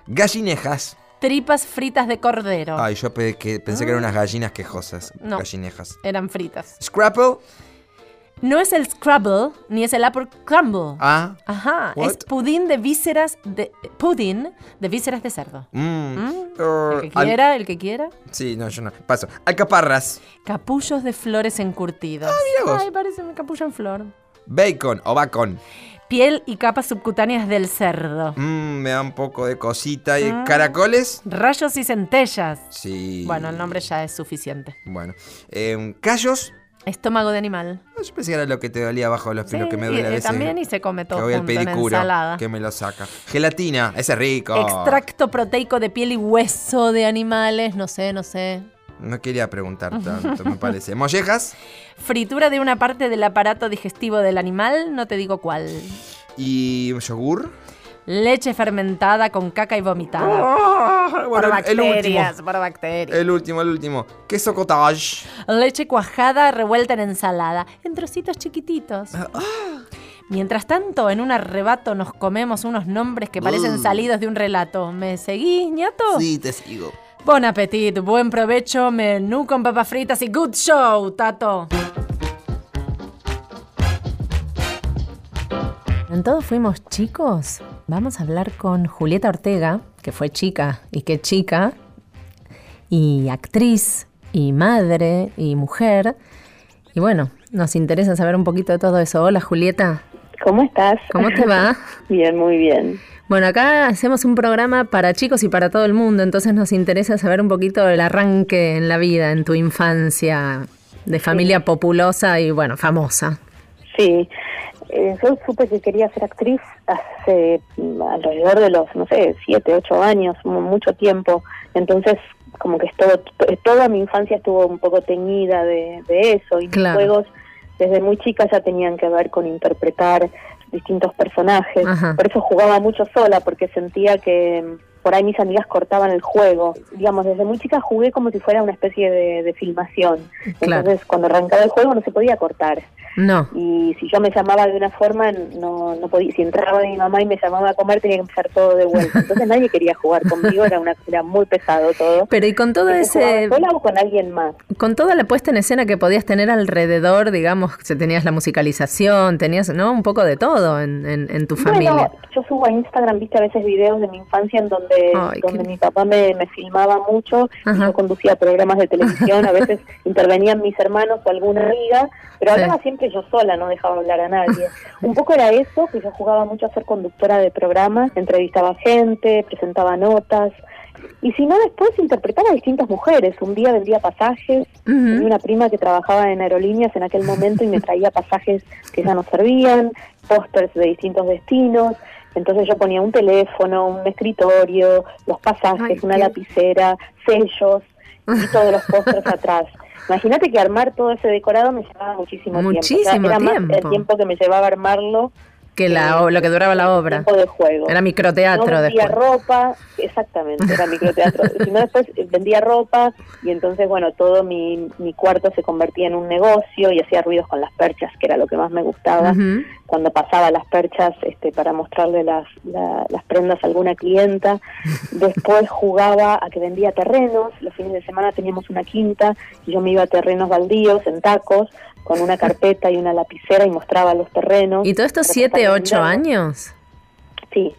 S3: Gallinejas.
S2: Tripas fritas de cordero.
S3: Ay, yo pe- que- pensé que eran unas gallinas quejosas.
S2: Ah. No.
S3: Gallinejas.
S2: Eran fritas.
S3: Scrapple.
S2: No es el Scrabble ni es el Apple Crumble.
S3: Ah.
S2: Ajá,
S3: What?
S2: es pudín de vísceras de pudding de vísceras de cerdo.
S3: Mm.
S2: Mm.
S3: Err,
S2: El que
S3: al-
S2: quiera, el que quiera.
S3: Sí, no, yo no. Paso. Alcaparras.
S2: Capullos de flores encurtidos.
S3: Ah, mira vos.
S2: Ay, parece un capullo en flor.
S3: Bacon o bacon.
S2: piel y capas subcutáneas del cerdo.
S3: Mm, me da un poco de cosita. ¿Y
S2: Mm.
S3: caracoles?
S2: Rayos y centellas.
S3: Sí.
S2: Bueno, el nombre ya es suficiente.
S3: Bueno. Eh, callos.
S2: Estómago de animal.
S3: Yo pensé que era lo que te dolía abajo de los pelos, que me
S2: Sí,
S3: duele
S2: y,
S3: a
S2: eh,
S3: veces.
S2: también y se come todo
S3: que voy al
S2: junto en
S3: pedicuro,
S2: ensalada.
S3: que me lo saca. Gelatina, ese es rico.
S2: Extracto proteico de piel y hueso de animales, no sé, no sé.
S3: No quería preguntar tanto, me parece. Mollejas
S2: Fritura de una parte del aparato digestivo del animal, no te digo cuál.
S3: y yogur.
S2: Leche fermentada con caca y vomitada.
S3: Ah, bueno,
S2: por
S3: el- el último. Eh.
S2: bacterias, por bacterias.
S3: El último, el último. Queso cottage.
S2: Leche cuajada revuelta en ensalada, en trocitos chiquititos.
S3: Ah,
S2: Mientras tanto, en un arrebato nos comemos unos nombres que parecen
S3: Mm.
S2: salidos de un relato. ¿Me seguís, ñato?
S3: te sigo.
S2: Buen apetito, buen provecho, menú con papas fritas y good show, Tato. En todos fuimos chicos. Vamos a hablar con Julieta Ortega, que fue chica y que chica, y actriz, y madre, y mujer. Y bueno, nos interesa saber un poquito de todo eso. Hola Julieta.
S24: ¿Cómo estás?
S2: ¿Cómo te va?
S24: Bien, muy bien.
S2: Bueno, acá hacemos un programa para chicos y para todo el mundo, entonces nos interesa saber un poquito del arranque en la vida, en tu infancia, de familia populosa y bueno, famosa.
S24: Sí, eh, yo supe que quería ser actriz hace mm, alrededor de los, no sé, siete, ocho años, mu- mucho tiempo. Entonces, como que estuvo- t- toda mi infancia estuvo un poco teñida de, de eso. Y
S2: Claro.
S24: mis juegos desde muy chica ya tenían que ver con interpretar distintos personajes.
S2: Ah.
S24: Por eso jugaba mucho sola, porque sentía que mm, por ahí mis amigas cortaban el juego. Digamos, desde muy chica jugué como si fuera una especie de, de filmación.
S2: Claro.
S24: Entonces, cuando arrancaba el juego no se podía cortar eh,
S2: No,
S24: y si yo me llamaba de una forma no, no podía si entraba mi mamá y me llamaba a comer tenía que empezar todo de vuelta entonces nadie quería jugar conmigo era una era muy pesado todo
S2: pero y con todo
S24: Entonces,
S2: ese...
S24: jugaba sola o con alguien más
S2: Con toda la puesta en escena que podías tener alrededor, digamos, que tenías la musicalización, tenías, ¿no? Un poco de todo en, en- en tu familia.
S24: Bueno, yo subo a Instagram, viste a veces videos de mi infancia en donde,
S2: Ay,
S24: donde
S2: qué-
S24: mi papá me, me filmaba mucho, y yo conducía programas de televisión, a veces intervenían mis hermanos o alguna amiga, pero
S2: Sí.
S24: hablaba siempre yo sola, no dejaba hablar a nadie. Un poco era eso, que yo jugaba mucho a ser conductora de programas, entrevistaba gente, presentaba notas. Y si no, después interpretaba a distintas mujeres. Un día vendía pasajes. Tenía una prima que trabajaba en aerolíneas en aquel momento y me traía pasajes que ya no servían pósters de distintos destinos. Entonces yo ponía un teléfono, un escritorio, los pasajes, una lapicera, sellos y todos los pósters atrás. Imagínate que armar todo ese decorado me llevaba muchísimo, tiempo.
S2: Muchísimo
S24: era más
S2: tiempo.
S24: el tiempo que me llevaba armarlo
S2: que la, o- lo que duraba la obra.
S24: de juego.
S2: Era microteatro
S24: no vendía
S2: después.
S24: ropa, exactamente, era microteatro. Si no, después eh, vendía ropa y entonces, bueno, todo mi, mi cuarto se convertía en un negocio y hacía ruidos con las perchas, que era lo que más me gustaba.
S2: Ujú.
S24: Cuando pasaba las perchas este, para mostrarle las, la- las prendas a alguna clienta. Después jugaba a que vendía terrenos. Los fines de semana teníamos una quinta y yo me iba a terrenos baldíos en tacos con una carpeta y una lapicera y mostraba los terrenos.
S2: ¿Y todo esto siete, ocho años?
S24: Sí.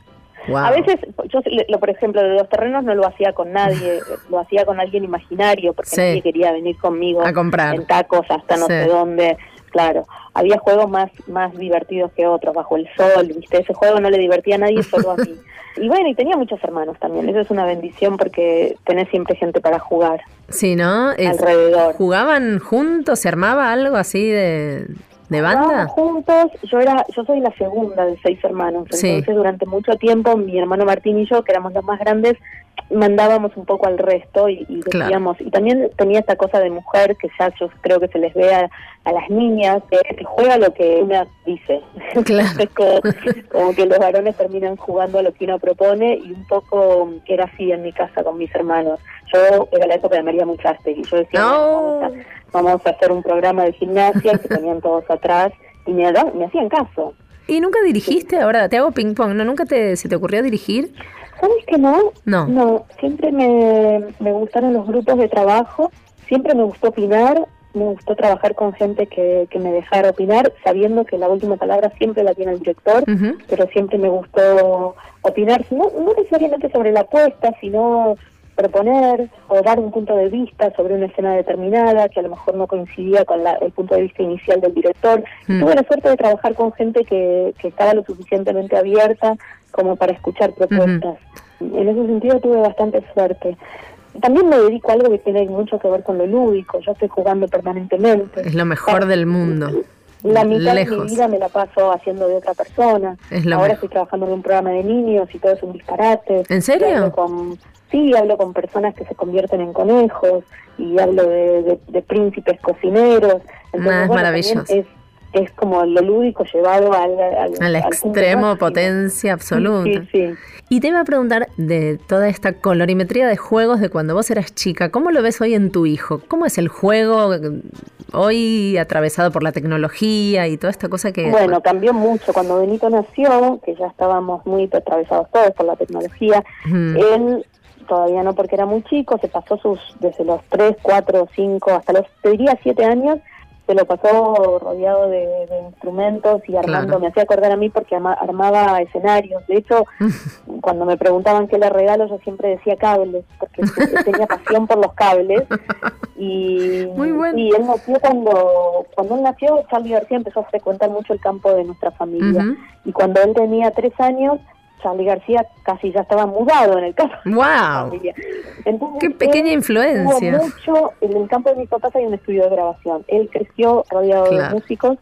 S2: Wow.
S24: A veces, yo, lo- por ejemplo, de los terrenos no lo hacía con nadie, lo hacía con alguien imaginario, porque
S2: Sí.
S24: nadie quería venir conmigo
S2: A comprar.
S24: en tacos hasta no
S2: Sí.
S24: sé dónde. Claro, había juegos más, más divertidos que otros, bajo el sol, ¿viste? Ese juego no le divertía a nadie, solo a mí. Y bueno, y tenía muchos hermanos también, eso es una bendición porque tenés siempre gente para jugar.
S2: Sí, ¿no? Es-
S24: Alrededor.
S2: ¿Jugaban juntos? ¿Se armaba algo así de, de
S24: Jugábamos
S2: banda?
S24: juntos, yo era, yo soy la segunda de seis hermanos,
S2: Sí.
S24: entonces durante mucho tiempo mi hermano Martín y yo, que éramos los más grandes, mandábamos un poco al resto y, y
S2: Claro.
S24: decíamos, y también tenía esta cosa de mujer que ya yo creo que se les ve a, a las niñas, que, que juega lo que una dice, Entonces, como, como que los varones terminan jugando a lo que uno propone y un poco era así en mi casa con mis hermanos. Yo era la época de María Muchastegui, yo decía, "Bueno, vamos a- vamos a hacer un programa de gimnasia y se ponían todos atrás y me, da- me hacían caso.
S2: ¿Y nunca dirigiste? Ahora te hago ping-pong, ¿no? ¿Nunca te, se te ocurrió dirigir?
S24: ¿Sabes que no?
S2: No.
S24: siempre me, me gustaron los grupos de trabajo, siempre me gustó opinar, me gustó trabajar con gente que, que me dejara opinar, sabiendo que la última palabra siempre la tiene el director, pero siempre me gustó opinar, no, no necesariamente sobre la apuesta, sino proponer o dar un punto de vista sobre una escena determinada que a lo mejor no coincidía con la- el punto de vista inicial del director.
S2: Mm.
S24: Tuve la suerte de trabajar con gente que, que estaba lo suficientemente abierta como para escuchar propuestas. En ese sentido tuve bastante suerte. También me dedico a algo que tiene mucho que ver con lo lúdico. Yo estoy jugando permanentemente.
S2: Es lo mejor del mundo.
S24: La mitad de
S2: Lejos.
S24: mi vida me la paso haciendo de otra persona.
S2: Es lo
S24: Ahora
S2: mejor.
S24: estoy trabajando en un programa de niños y todo es un disparate.
S2: ¿En serio?
S24: Y hablo con- sí, hablo con personas que se convierten en conejos y hablo de, de- de príncipes cocineros.
S2: Ah, es
S24: bueno,
S2: maravilloso.
S24: también Es, es como lo lúdico llevado al, al,
S2: Al
S24: al punto
S2: extremo,
S24: máximo.
S2: potencia absoluta.
S24: Sí, sí.
S2: Y te iba a preguntar de toda esta colorimetría de juegos de cuando vos eras chica, ¿cómo lo ves hoy en tu hijo? ¿Cómo es el juego eh, hoy atravesado por la tecnología y toda esta cosa que...
S24: Bueno, cambió mucho. Cuando Benito nació, que ya estábamos muy atravesados todos por la tecnología,
S2: Mm.
S24: él todavía no porque era muy chico, se pasó sus desde los 3, 4, 5, hasta los, te diría, 7 años, se lo pasó rodeado de, de instrumentos y armando.
S2: Claro.
S24: Me hacía acordar a mí porque ama- armaba escenarios. De hecho, cuando me preguntaban qué le regalo, yo siempre decía cables, porque te- tenía pasión por los cables. Y, y él nació cuando, cuando él nació, Charlie García empezó a frecuentar mucho el campo de nuestra familia.
S2: Ujú.
S24: Y cuando él tenía tres años, Charlie García casi ya estaba mudado en el campo. de nuestra
S2: ¡Wow!
S24: familia. Entonces,
S2: ¡Qué
S24: él
S2: pequeña influencia!
S24: tuvo mucho, en el campo de mis papás hay un estudio de grabación. Él creció rodeado
S2: Claro.
S24: de músicos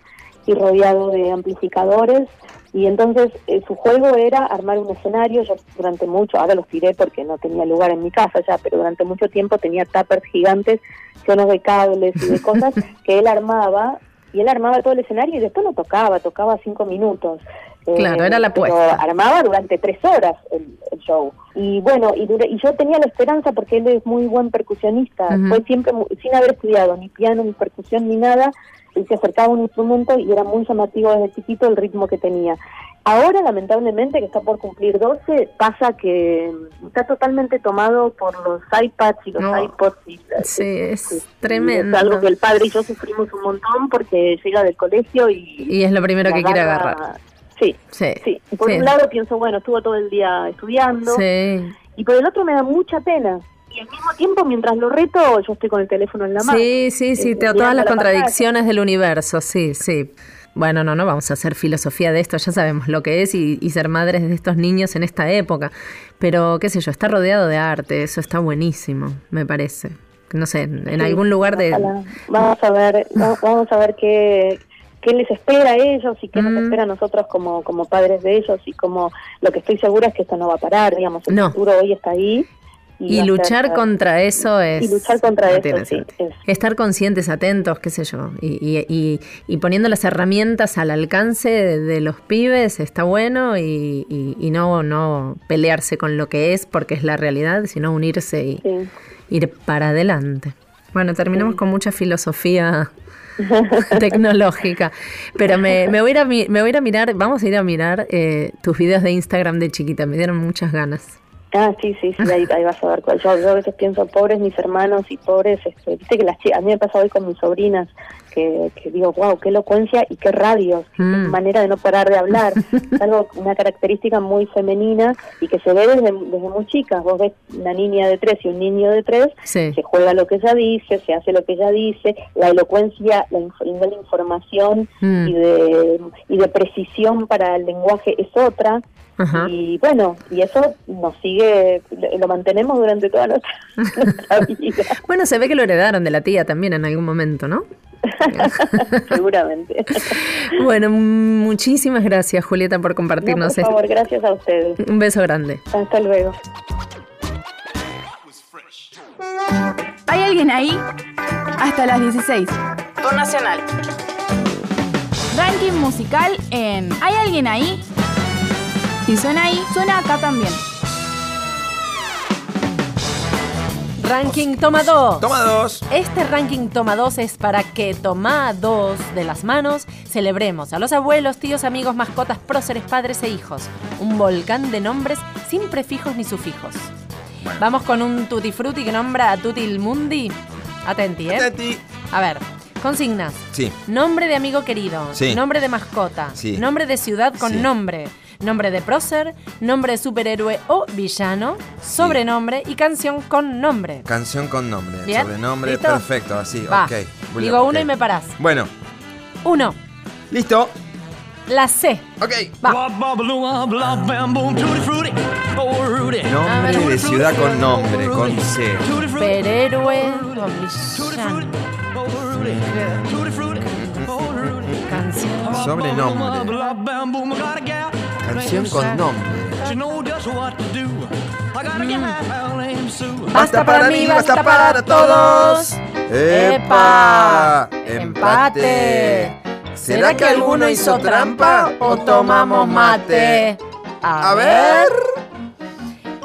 S24: y rodeado de amplificadores. Y entonces eh, su juego era armar un escenario. Yo durante mucho, ahora los tiré porque no tenía lugar en mi casa ya, pero durante mucho tiempo tenía tuppers gigantes llenos de cables y de cosas que él armaba. Y él armaba todo el escenario y después no tocaba, tocaba cinco minutos. Eh,
S2: Claro, era la
S24: pero
S2: apuesta.
S24: Armaba durante tres horas el, el show. Y bueno, y, dura- y yo tenía la esperanza porque él es muy buen percusionista.
S2: Ujú.
S24: Fue siempre, mu- sin haber estudiado ni piano, ni percusión, ni nada, él se acercaba a un instrumento y era muy llamativo desde chiquito el ritmo que tenía. Ahora, lamentablemente, que está por cumplir 12, pasa que está totalmente tomado por los iPads y los
S2: No.
S24: iPods. Y, eh,
S2: Sí, es
S24: y- y
S2: tremendo.
S24: Es algo que el padre y yo sufrimos un montón porque llega del colegio y
S2: Y es lo primero que quiere
S24: agarra-
S2: agarrar.
S24: Sí,
S2: Sí.
S24: sí. Y Por
S2: sí.
S24: un lado pienso, bueno, estuvo todo el día estudiando.
S2: Sí.
S24: Y por el otro me da mucha pena. Y al mismo tiempo, mientras lo reto, yo estoy con el teléfono en la mano.
S2: Sí, sí, sí,
S24: Eh,
S2: te-
S24: mirando
S2: todas las
S24: la
S2: contradicciones del universo, sí, sí. Bueno, no, no vamos a hacer filosofía de esto, ya sabemos lo que es y, y ser madres de estos niños en esta época. Pero, qué sé yo, está rodeado de arte, eso está buenísimo, me parece. No sé, en en
S24: Sí,
S2: algún lugar de...
S24: Ojalá. Vamos a ver, va- vamos a ver qué, qué les espera a ellos y qué
S2: Mm.
S24: nos espera a nosotros como, como padres de ellos y como lo que estoy segura es que esto no va a parar, digamos, el
S2: No.
S24: futuro hoy está ahí.
S2: Y
S24: va a
S2: luchar
S24: ser-
S2: contra eso es...
S24: Y luchar contra
S2: no
S24: eso,
S2: tiene
S24: sí,
S2: sentido. Estar conscientes, atentos, qué sé yo, y, y- y- y poniendo las herramientas al alcance de, de los pibes está bueno y, y- y no, no pelearse con lo que es porque es la realidad, sino unirse y ir para adelante. Bueno, terminamos con mucha filosofía tecnológica, pero me, me voy a ir a mi- me voy a ir a mirar, vamos a ir a mirar eh, tus videos de Instagram de chiquita, me dieron muchas ganas.
S24: Ah, sí, sí, sí, ahí, ahí vas a ver cuál. Yo, yo a veces pienso, pobres mis hermanos y pobres, este, viste que las chicas, a mí me pasa hoy con mis sobrinas, que, que digo, wow, qué elocuencia y qué radios, qué
S2: Mm.
S24: manera de no parar de hablar. Es algo, una característica muy femenina y que se ve desde, desde muy chicas. Vos ves una niña de tres y un niño de tres,
S2: Sí.
S24: se juega lo que ella dice, se hace lo que ella dice, la elocuencia, la inf- el nivel de información
S2: Mm.
S24: y, de, y de precisión para el lenguaje es otra.
S2: Ajá.
S24: Y bueno, y eso nos sigue, lo lo mantenemos durante toda nuestra, nuestra vida,
S2: Bueno, se ve que lo heredaron de la tía también en algún momento, ¿no?
S24: seguramente.
S2: Bueno, muchísimas gracias Julieta por
S24: No, por
S2: compartirnos esto.
S24: favor, gracias a ustedes.
S2: Un beso grande.
S24: Hasta luego.
S5: ¿Hay alguien ahí? Hasta las 16. Por Nacional. Ranking musical en ¿Hay alguien ahí? Si suena ahí, suena acá también.
S3: Ranking Toma 2.
S25: Toma 2.
S3: Este ranking Toma 2 es para que tomados de las manos celebremos a los abuelos, tíos, amigos, mascotas, próceres, padres e hijos. Un volcán de nombres sin prefijos ni sufijos. Vamos con un Tutti Frutti que nombra a Tutti il Mundi. Atenti, ¿eh?
S25: Atenti.
S3: A ver, consignas.
S25: Sí.
S3: Nombre de amigo querido.
S25: Sí.
S3: Nombre de mascota.
S25: Sí.
S3: Nombre de ciudad con
S25: Sí.
S3: nombre.
S2: nombre de prócer, nombre de superhéroe o villano, sobrenombre y canción con nombre.
S3: Canción con nombre,
S2: Bien.
S3: sobrenombre,
S2: ¿Listo?
S3: perfecto, así,
S2: Va.
S3: ok. Bulldog,
S2: Digo uno
S3: ok.
S2: y me parás.
S3: Bueno,
S2: Uno,
S3: listo.
S2: la C.
S3: Ok.
S2: Ah,
S26: Nombre
S3: Nombre de ciudad con nombre, con C.
S2: Superhéroe o villano. Canción.
S3: Sobrenombre. Canción con nombre.
S26: Basta para mí, basta para todos.
S3: ¡Epa!
S2: Empate. ¿Será que alguno hizo trampa o tomamos mate? A ver.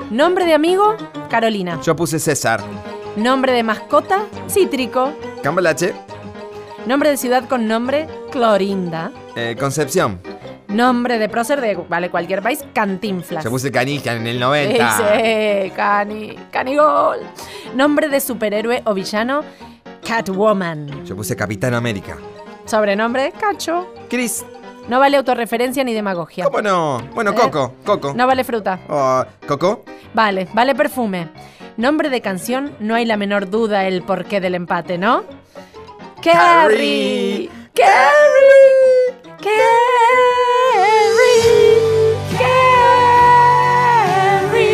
S2: Nombre de amigo, Carolina.
S3: Yo puse César.
S2: Nombre de mascota, Cítrico.
S3: Cambalache,
S2: Nombre de ciudad con nombre, Clorinda.
S3: eh, Concepción.
S2: Nombre de prócer de vale cualquier país, Cantinflas.
S3: Yo puse Canica en el
S2: Sí,
S3: 90.
S2: sí, Cani, Canigol. Nombre de superhéroe o villano, Catwoman.
S3: Yo puse Capitán América.
S2: Sobrenombre, Cacho.
S3: Chris.
S2: No vale autorreferencia ni demagogia.
S3: ¿Cómo no? Bueno,
S2: Eh,
S3: Coco, Coco.
S2: No vale fruta.
S3: Oh, Coco,
S2: Vale, vale perfume. Nombre de canción, no hay la menor duda el porqué del empate, ¿no? Carrie. Carrie. Carrie. Carrie.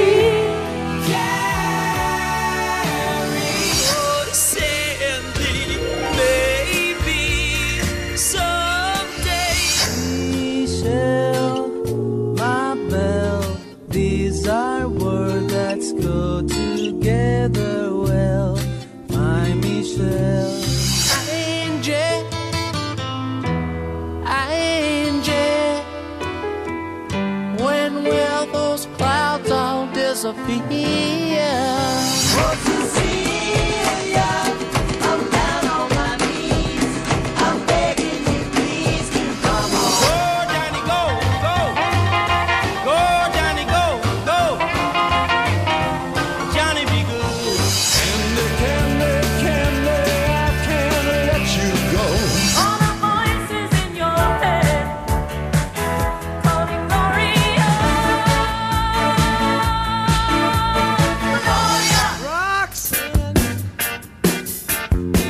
S6: Michelle, my belle, these are words that go together well. My Michelle, Angel, Angel, when will those clouds all disappear?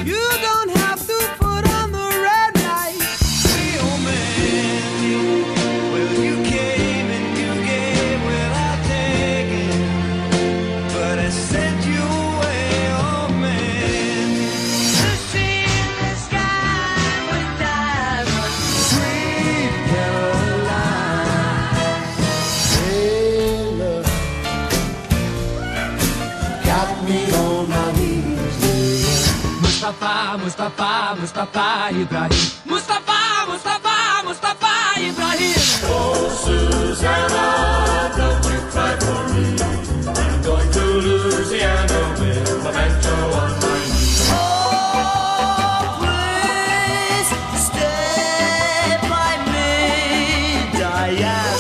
S6: You don't have to put on the red light.
S26: Sent you away, oh man. The sea in the sky with diamonds. Sweet Caroline.
S27: Sailor, got me on my knees.
S6: Mustafa, Mustafa, Mustafa Ibrahim. Mustafa, Mustafa, Mustafa Ibrahim. Oh, Susanna, don't you cry for me. I'm going to Louisiana with my banjo on my knee. Oh, please stay by me, Diana.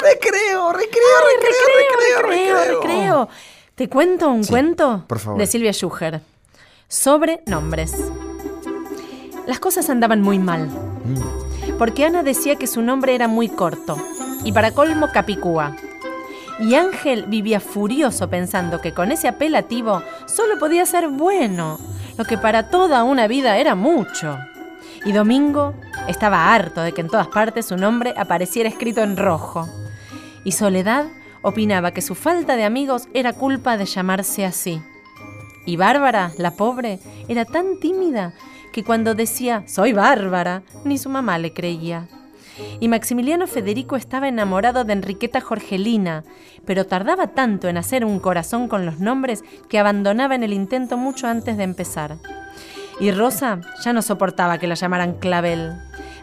S3: Recreo, recreo, recreo,
S2: recreo, recreo, recreo, ¿Te cuento un cuento?
S3: por favor.
S2: De Silvia Schuher. Sobre nombres. Las cosas andaban muy mal. Porque Ana decía que su nombre era muy corto. Y para colmo, Capicúa. Y Ángel vivía furioso pensando que con ese apelativo solo podía ser bueno, lo que para toda una vida era mucho. Y Domingo estaba harto de que en todas partes su nombre apareciera escrito en rojo. Y Soledad opinaba que su falta de amigos era culpa de llamarse así. Y Bárbara, la pobre, era tan tímida que cuando decía soy Bárbara, ni su mamá le creía. Y Maximiliano Federico estaba enamorado de Enriqueta Jorgelina, pero tardaba tanto en hacer un corazón con los nombres que abandonaba en el intento mucho antes de empezar. Y Rosa ya no soportaba que la llamaran Clavel.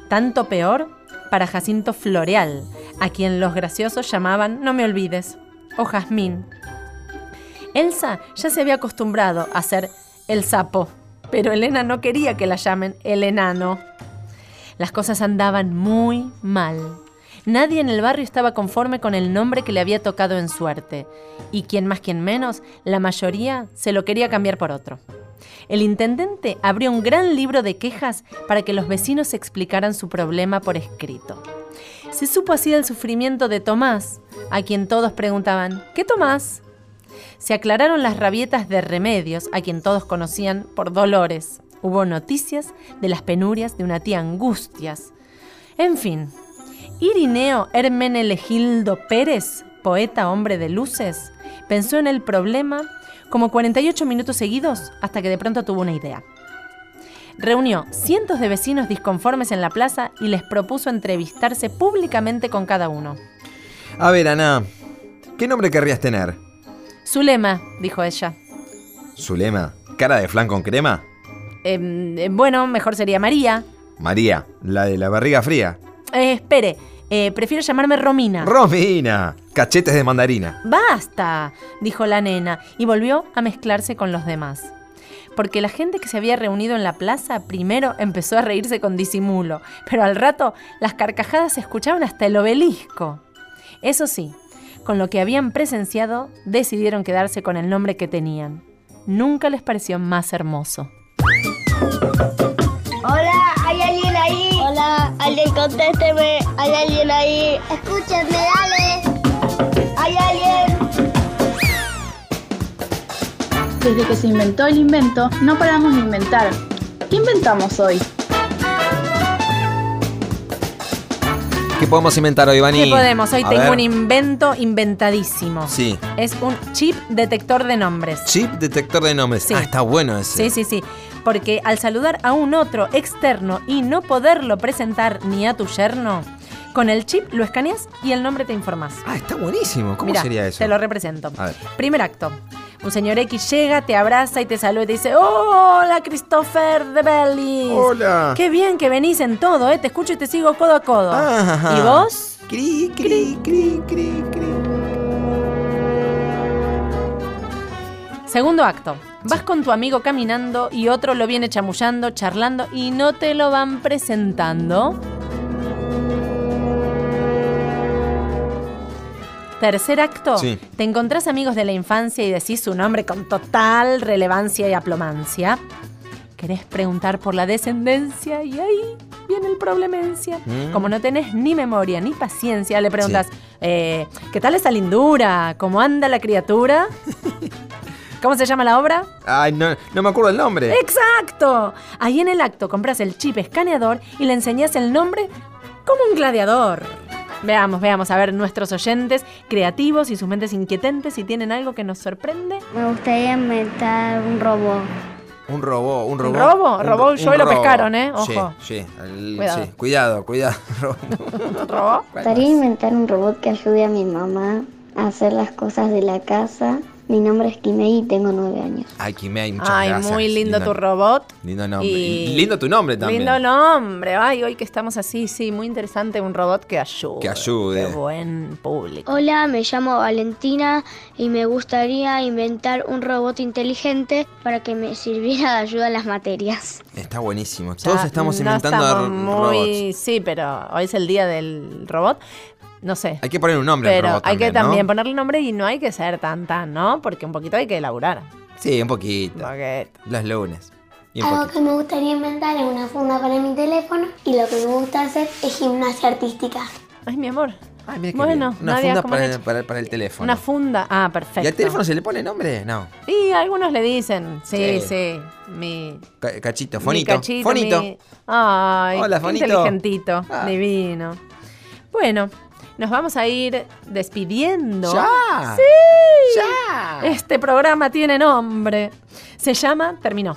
S2: Tanto peor para Jacinto Floreal, a quien los graciosos llamaban No me olvides o Jazmín. Elsa ya se había acostumbrado a ser el sapo, pero Elena no quería que la llamen el enano. Las cosas andaban muy mal. Nadie en el barrio estaba conforme con el nombre que le había tocado en suerte, y quien más quien menos, la mayoría se lo quería cambiar por otro. El intendente abrió un gran libro de quejas para que los vecinos explicaran su problema por escrito. Se supo así del sufrimiento de Tomás, a quien todos preguntaban, ¿qué Tomás? Se aclararon las rabietas de Remedios, a quien todos conocían por Dolores. Hubo noticias de las penurias de una tía Angustias. En fin, Irineo Hermenelegildo Pérez, poeta hombre de luces, pensó en el problema como 48 minutos seguidos hasta que de pronto tuvo una idea. Reunió cientos de vecinos disconformes en la plaza y les propuso entrevistarse públicamente con cada uno.
S3: A ver, Ana, ¿qué nombre querrías tener?
S2: Zulema, dijo ella.
S3: ¿Zulema? ¿Cara de flan con crema?
S2: "Em, eh, bueno, mejor sería María.
S3: María, la de la barriga fría.
S2: "Eh, espere, eh, prefiero llamarme Romina.
S3: Romina, cachetes de mandarina.
S2: ¡Basta! dijo la nena y volvió a mezclarse con los demás. Porque la gente que se había reunido en la plaza primero empezó a reírse con disimulo, pero al rato las carcajadas se escuchaban hasta el obelisco. Eso sí, con lo que habían presenciado, decidieron quedarse con el nombre que tenían. Nunca les pareció más hermoso.
S28: Hola, ¿hay alguien ahí? Hola, alguien contésteme, ¿hay alguien ahí? Escúchenme, dale. ¿Hay alguien?
S12: Desde que se inventó el invento, no paramos de inventar. ¿Qué inventamos hoy?
S3: ¿Qué podemos inventar hoy, Vani?
S2: ¿Qué podemos? Hoy
S3: A
S2: tengo
S3: ver.
S2: un invento inventadísimo.
S3: Sí.
S2: Es un chip detector de nombres.
S3: Chip detector de nombres.
S2: Sí.
S3: Ah, está bueno ese.
S2: Sí, sí, sí. Porque al saludar a un otro externo y no poderlo presentar ni a tu yerno, con el chip lo escaneas y el nombre te informás.
S3: Ah, está buenísimo. ¿Cómo
S2: Mirá,
S3: sería eso?
S2: Te lo represento.
S3: A ver.
S2: Primer acto. Un señor X llega, te abraza y te saluda y te dice, hola Christopher de Bellis.
S3: Hola.
S2: Qué bien que venís en todo, ¿eh? Te escucho y te sigo codo a codo.
S3: Ah, Ajá.
S2: ¿Y vos?
S3: Cri, cri, cri, cri, cri.
S2: Segundo acto. Vas con tu amigo caminando y otro lo viene chamullando, charlando y no te lo van presentando. Tercer acto.
S29: Sí.
S2: Te encontrás amigos de la infancia y decís su nombre con total relevancia y aplomancia. Querés preguntar por la descendencia y ahí viene el problemencia.
S29: Mm.
S2: Como no tenés ni memoria ni paciencia, le preguntas, eh, ¿qué tal esa lindura? ¿Cómo anda la criatura? ¿Cómo se llama la obra?
S3: Ay, no, no me acuerdo el nombre.
S2: Eh. ¡Exacto! Ahí en el acto compras el chip escaneador y le enseñás el nombre como un gladiador. Veamos, veamos, a ver nuestros oyentes creativos y sus mentes inquietantes si tienen algo que nos sorprende.
S1: Me gustaría inventar un robot.
S3: Un robot, un
S2: ¿Un
S3: robot.
S2: robo?
S3: Un
S2: Robó,
S3: ro-
S2: yo
S3: un
S2: y lo
S3: robo.
S2: pescaron, ¿eh? Ojo.
S3: Sí, sí. El-
S1: Cuidado.
S3: sí. Cuidado, cuidado.
S2: ¿Robó?
S1: Me gustaría inventar un robot que ayude a mi mamá a hacer las cosas de la casa. Mi nombre es Kimei y tengo nueve años.
S3: Ay, Kimei, muchas
S2: Ay,
S3: gracias.
S2: muy lindo tu robot.
S3: Lindo nombre.
S2: Y-
S3: Y Lindo tu nombre también.
S2: Lindo nombre. Ay, hoy que estamos así, sí, muy interesante un robot que ayude.
S3: Que ayude.
S2: Qué buen público.
S28: Hola, me llamo Valentina y me gustaría inventar un robot inteligente para que me sirviera de ayuda en las materias.
S3: Está buenísimo. Todos
S2: Ya
S3: estamos
S2: no
S3: inventando
S2: estamos
S3: ro-
S2: muy-
S3: robots.
S2: Sí, pero hoy es el día del robot. No sé.
S3: Hay que poner un nombre al
S2: Pero
S3: robot
S2: hay que
S3: también, ¿no?
S2: también ponerle nombre y no hay que ser tan tan, ¿no? Porque un poquito hay que elaborar.
S3: Sí, un poquito.
S2: Porque
S3: Los lunes. Y un
S2: Ah,
S30: Algo
S3: poquito.
S30: que me gustaría inventar es una funda para mi teléfono y lo que me gusta hacer es gimnasia artística.
S2: Ay, mi amor.
S3: Qué
S2: bueno,
S3: bien. Una
S2: Nadia,
S3: funda
S2: ¿cómo
S3: para
S2: has
S3: el,
S2: hecho?
S3: para, para el teléfono.
S2: Una funda. Ah, perfecto.
S3: ¿Y al teléfono se le pone nombre? No.
S2: Y algunos le dicen, sí, sí,
S3: Sí.
S2: mi,
S3: Ca- Cachito,
S2: mi
S3: fonito.
S2: cachito,
S3: fonito.
S2: mi- Ay,
S3: Hola,
S2: qué
S3: fonito. Ah.
S2: inteligentito, divino. Bueno, nos vamos a ir despidiendo.
S29: Ya.
S2: Sí. Este programa tiene nombre. Se llama Terminó.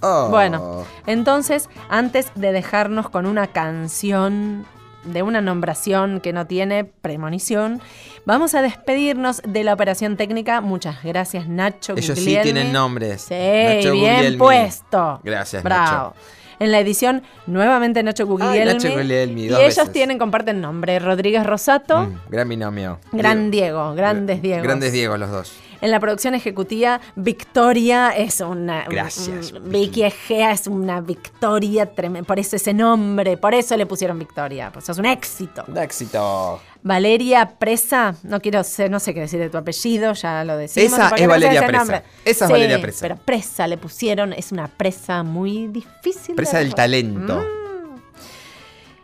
S29: Oh.
S2: Bueno, entonces, antes de dejarnos con una canción de una nombración que no tiene premonición, vamos a despedirnos de la operación técnica. Muchas gracias, Nacho.
S3: Ellos sí
S2: Guglielmi.
S3: tienen nombres.
S2: Sí,
S3: Nacho
S2: bien
S3: Guglielmi.
S2: puesto.
S3: Gracias,
S2: Bravo.
S3: Nacho.
S2: En la edición, nuevamente Nacho Guglielmi.
S3: Nacho Guglielmi,
S2: y
S3: dos
S2: ellos
S3: veces.
S2: tienen, comparten nombre. Rodríguez Rosato,
S3: Mm, Gran binomio.
S2: Gran Diego, grandes Diego.
S3: Grandes Diego los dos.
S2: En la producción ejecutiva, Victoria es una.
S3: Gracias,
S2: un- Vicky Egea es una victoria tremenda. Por eso ese nombre, por eso le pusieron Victoria. Por eso es un éxito.
S3: Da éxito.
S2: Valeria Presa, no quiero sé, no sé qué decir de tu apellido, ya lo decimos.
S3: Esa
S2: ¿por qué
S3: es
S2: no sé
S3: Valeria
S2: ese
S3: Presa.
S2: nombre?
S3: Esa es
S2: Sí,
S3: Valeria Presa.
S2: Pero Presa le pusieron, es una presa muy difícil. de
S3: Presa del
S2: recordar.
S3: talento.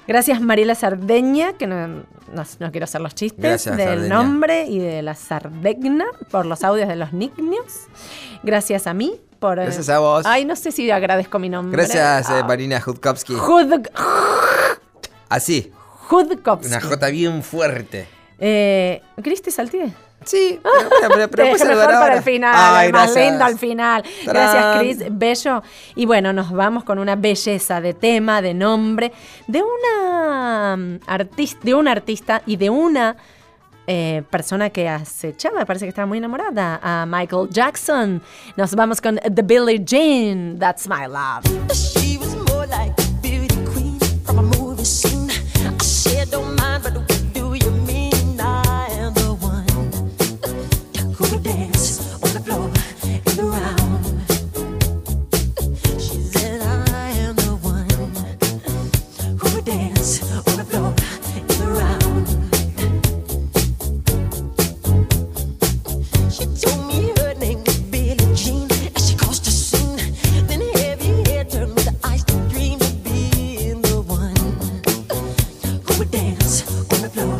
S2: Gracias Mariela Sardeña, que no, no- no quiero hacer los chistes
S3: Gracias,
S2: del
S3: Sardeña.
S2: nombre y de la Sardegna por los audios de los nicknames. Gracias a mí por... eh,
S3: Gracias a vos.
S2: Ay, no sé si agradezco mi nombre. Ah,
S3: Gracias, eh, Marina Judkowski.
S2: Jud-
S3: Así,
S2: Judkowski.
S3: una J bien fuerte.
S2: Eh, ¿Queriste saltide?
S3: Sí, pero
S2: Te
S3: puse
S2: dejé
S3: el
S2: mejor
S3: valor.
S2: para el final,
S3: Ay,
S2: el más
S3: gracias.
S2: lindo al final.
S3: Tarán.
S2: Gracias, Cris, bello. Y bueno, nos vamos con una belleza de tema, de nombre, de una mm, artista, de un artista y de una eh, persona que acechaba, parece que estaba muy enamorada, a Michael Jackson. Nos vamos con The Billie Jean, That's My Love.
S15: She was more like beauty queen from a movie scene. I said, don't mind, but what do you mean? I am the one who would dance on the floor and around. She said, I am the one who would dance on the floor and around. She told me her name was Billie Jean, and she caused a scene. Then heavy hair turned with the eyes that dreamed of being the one who would dance on the floor
S6: Oh,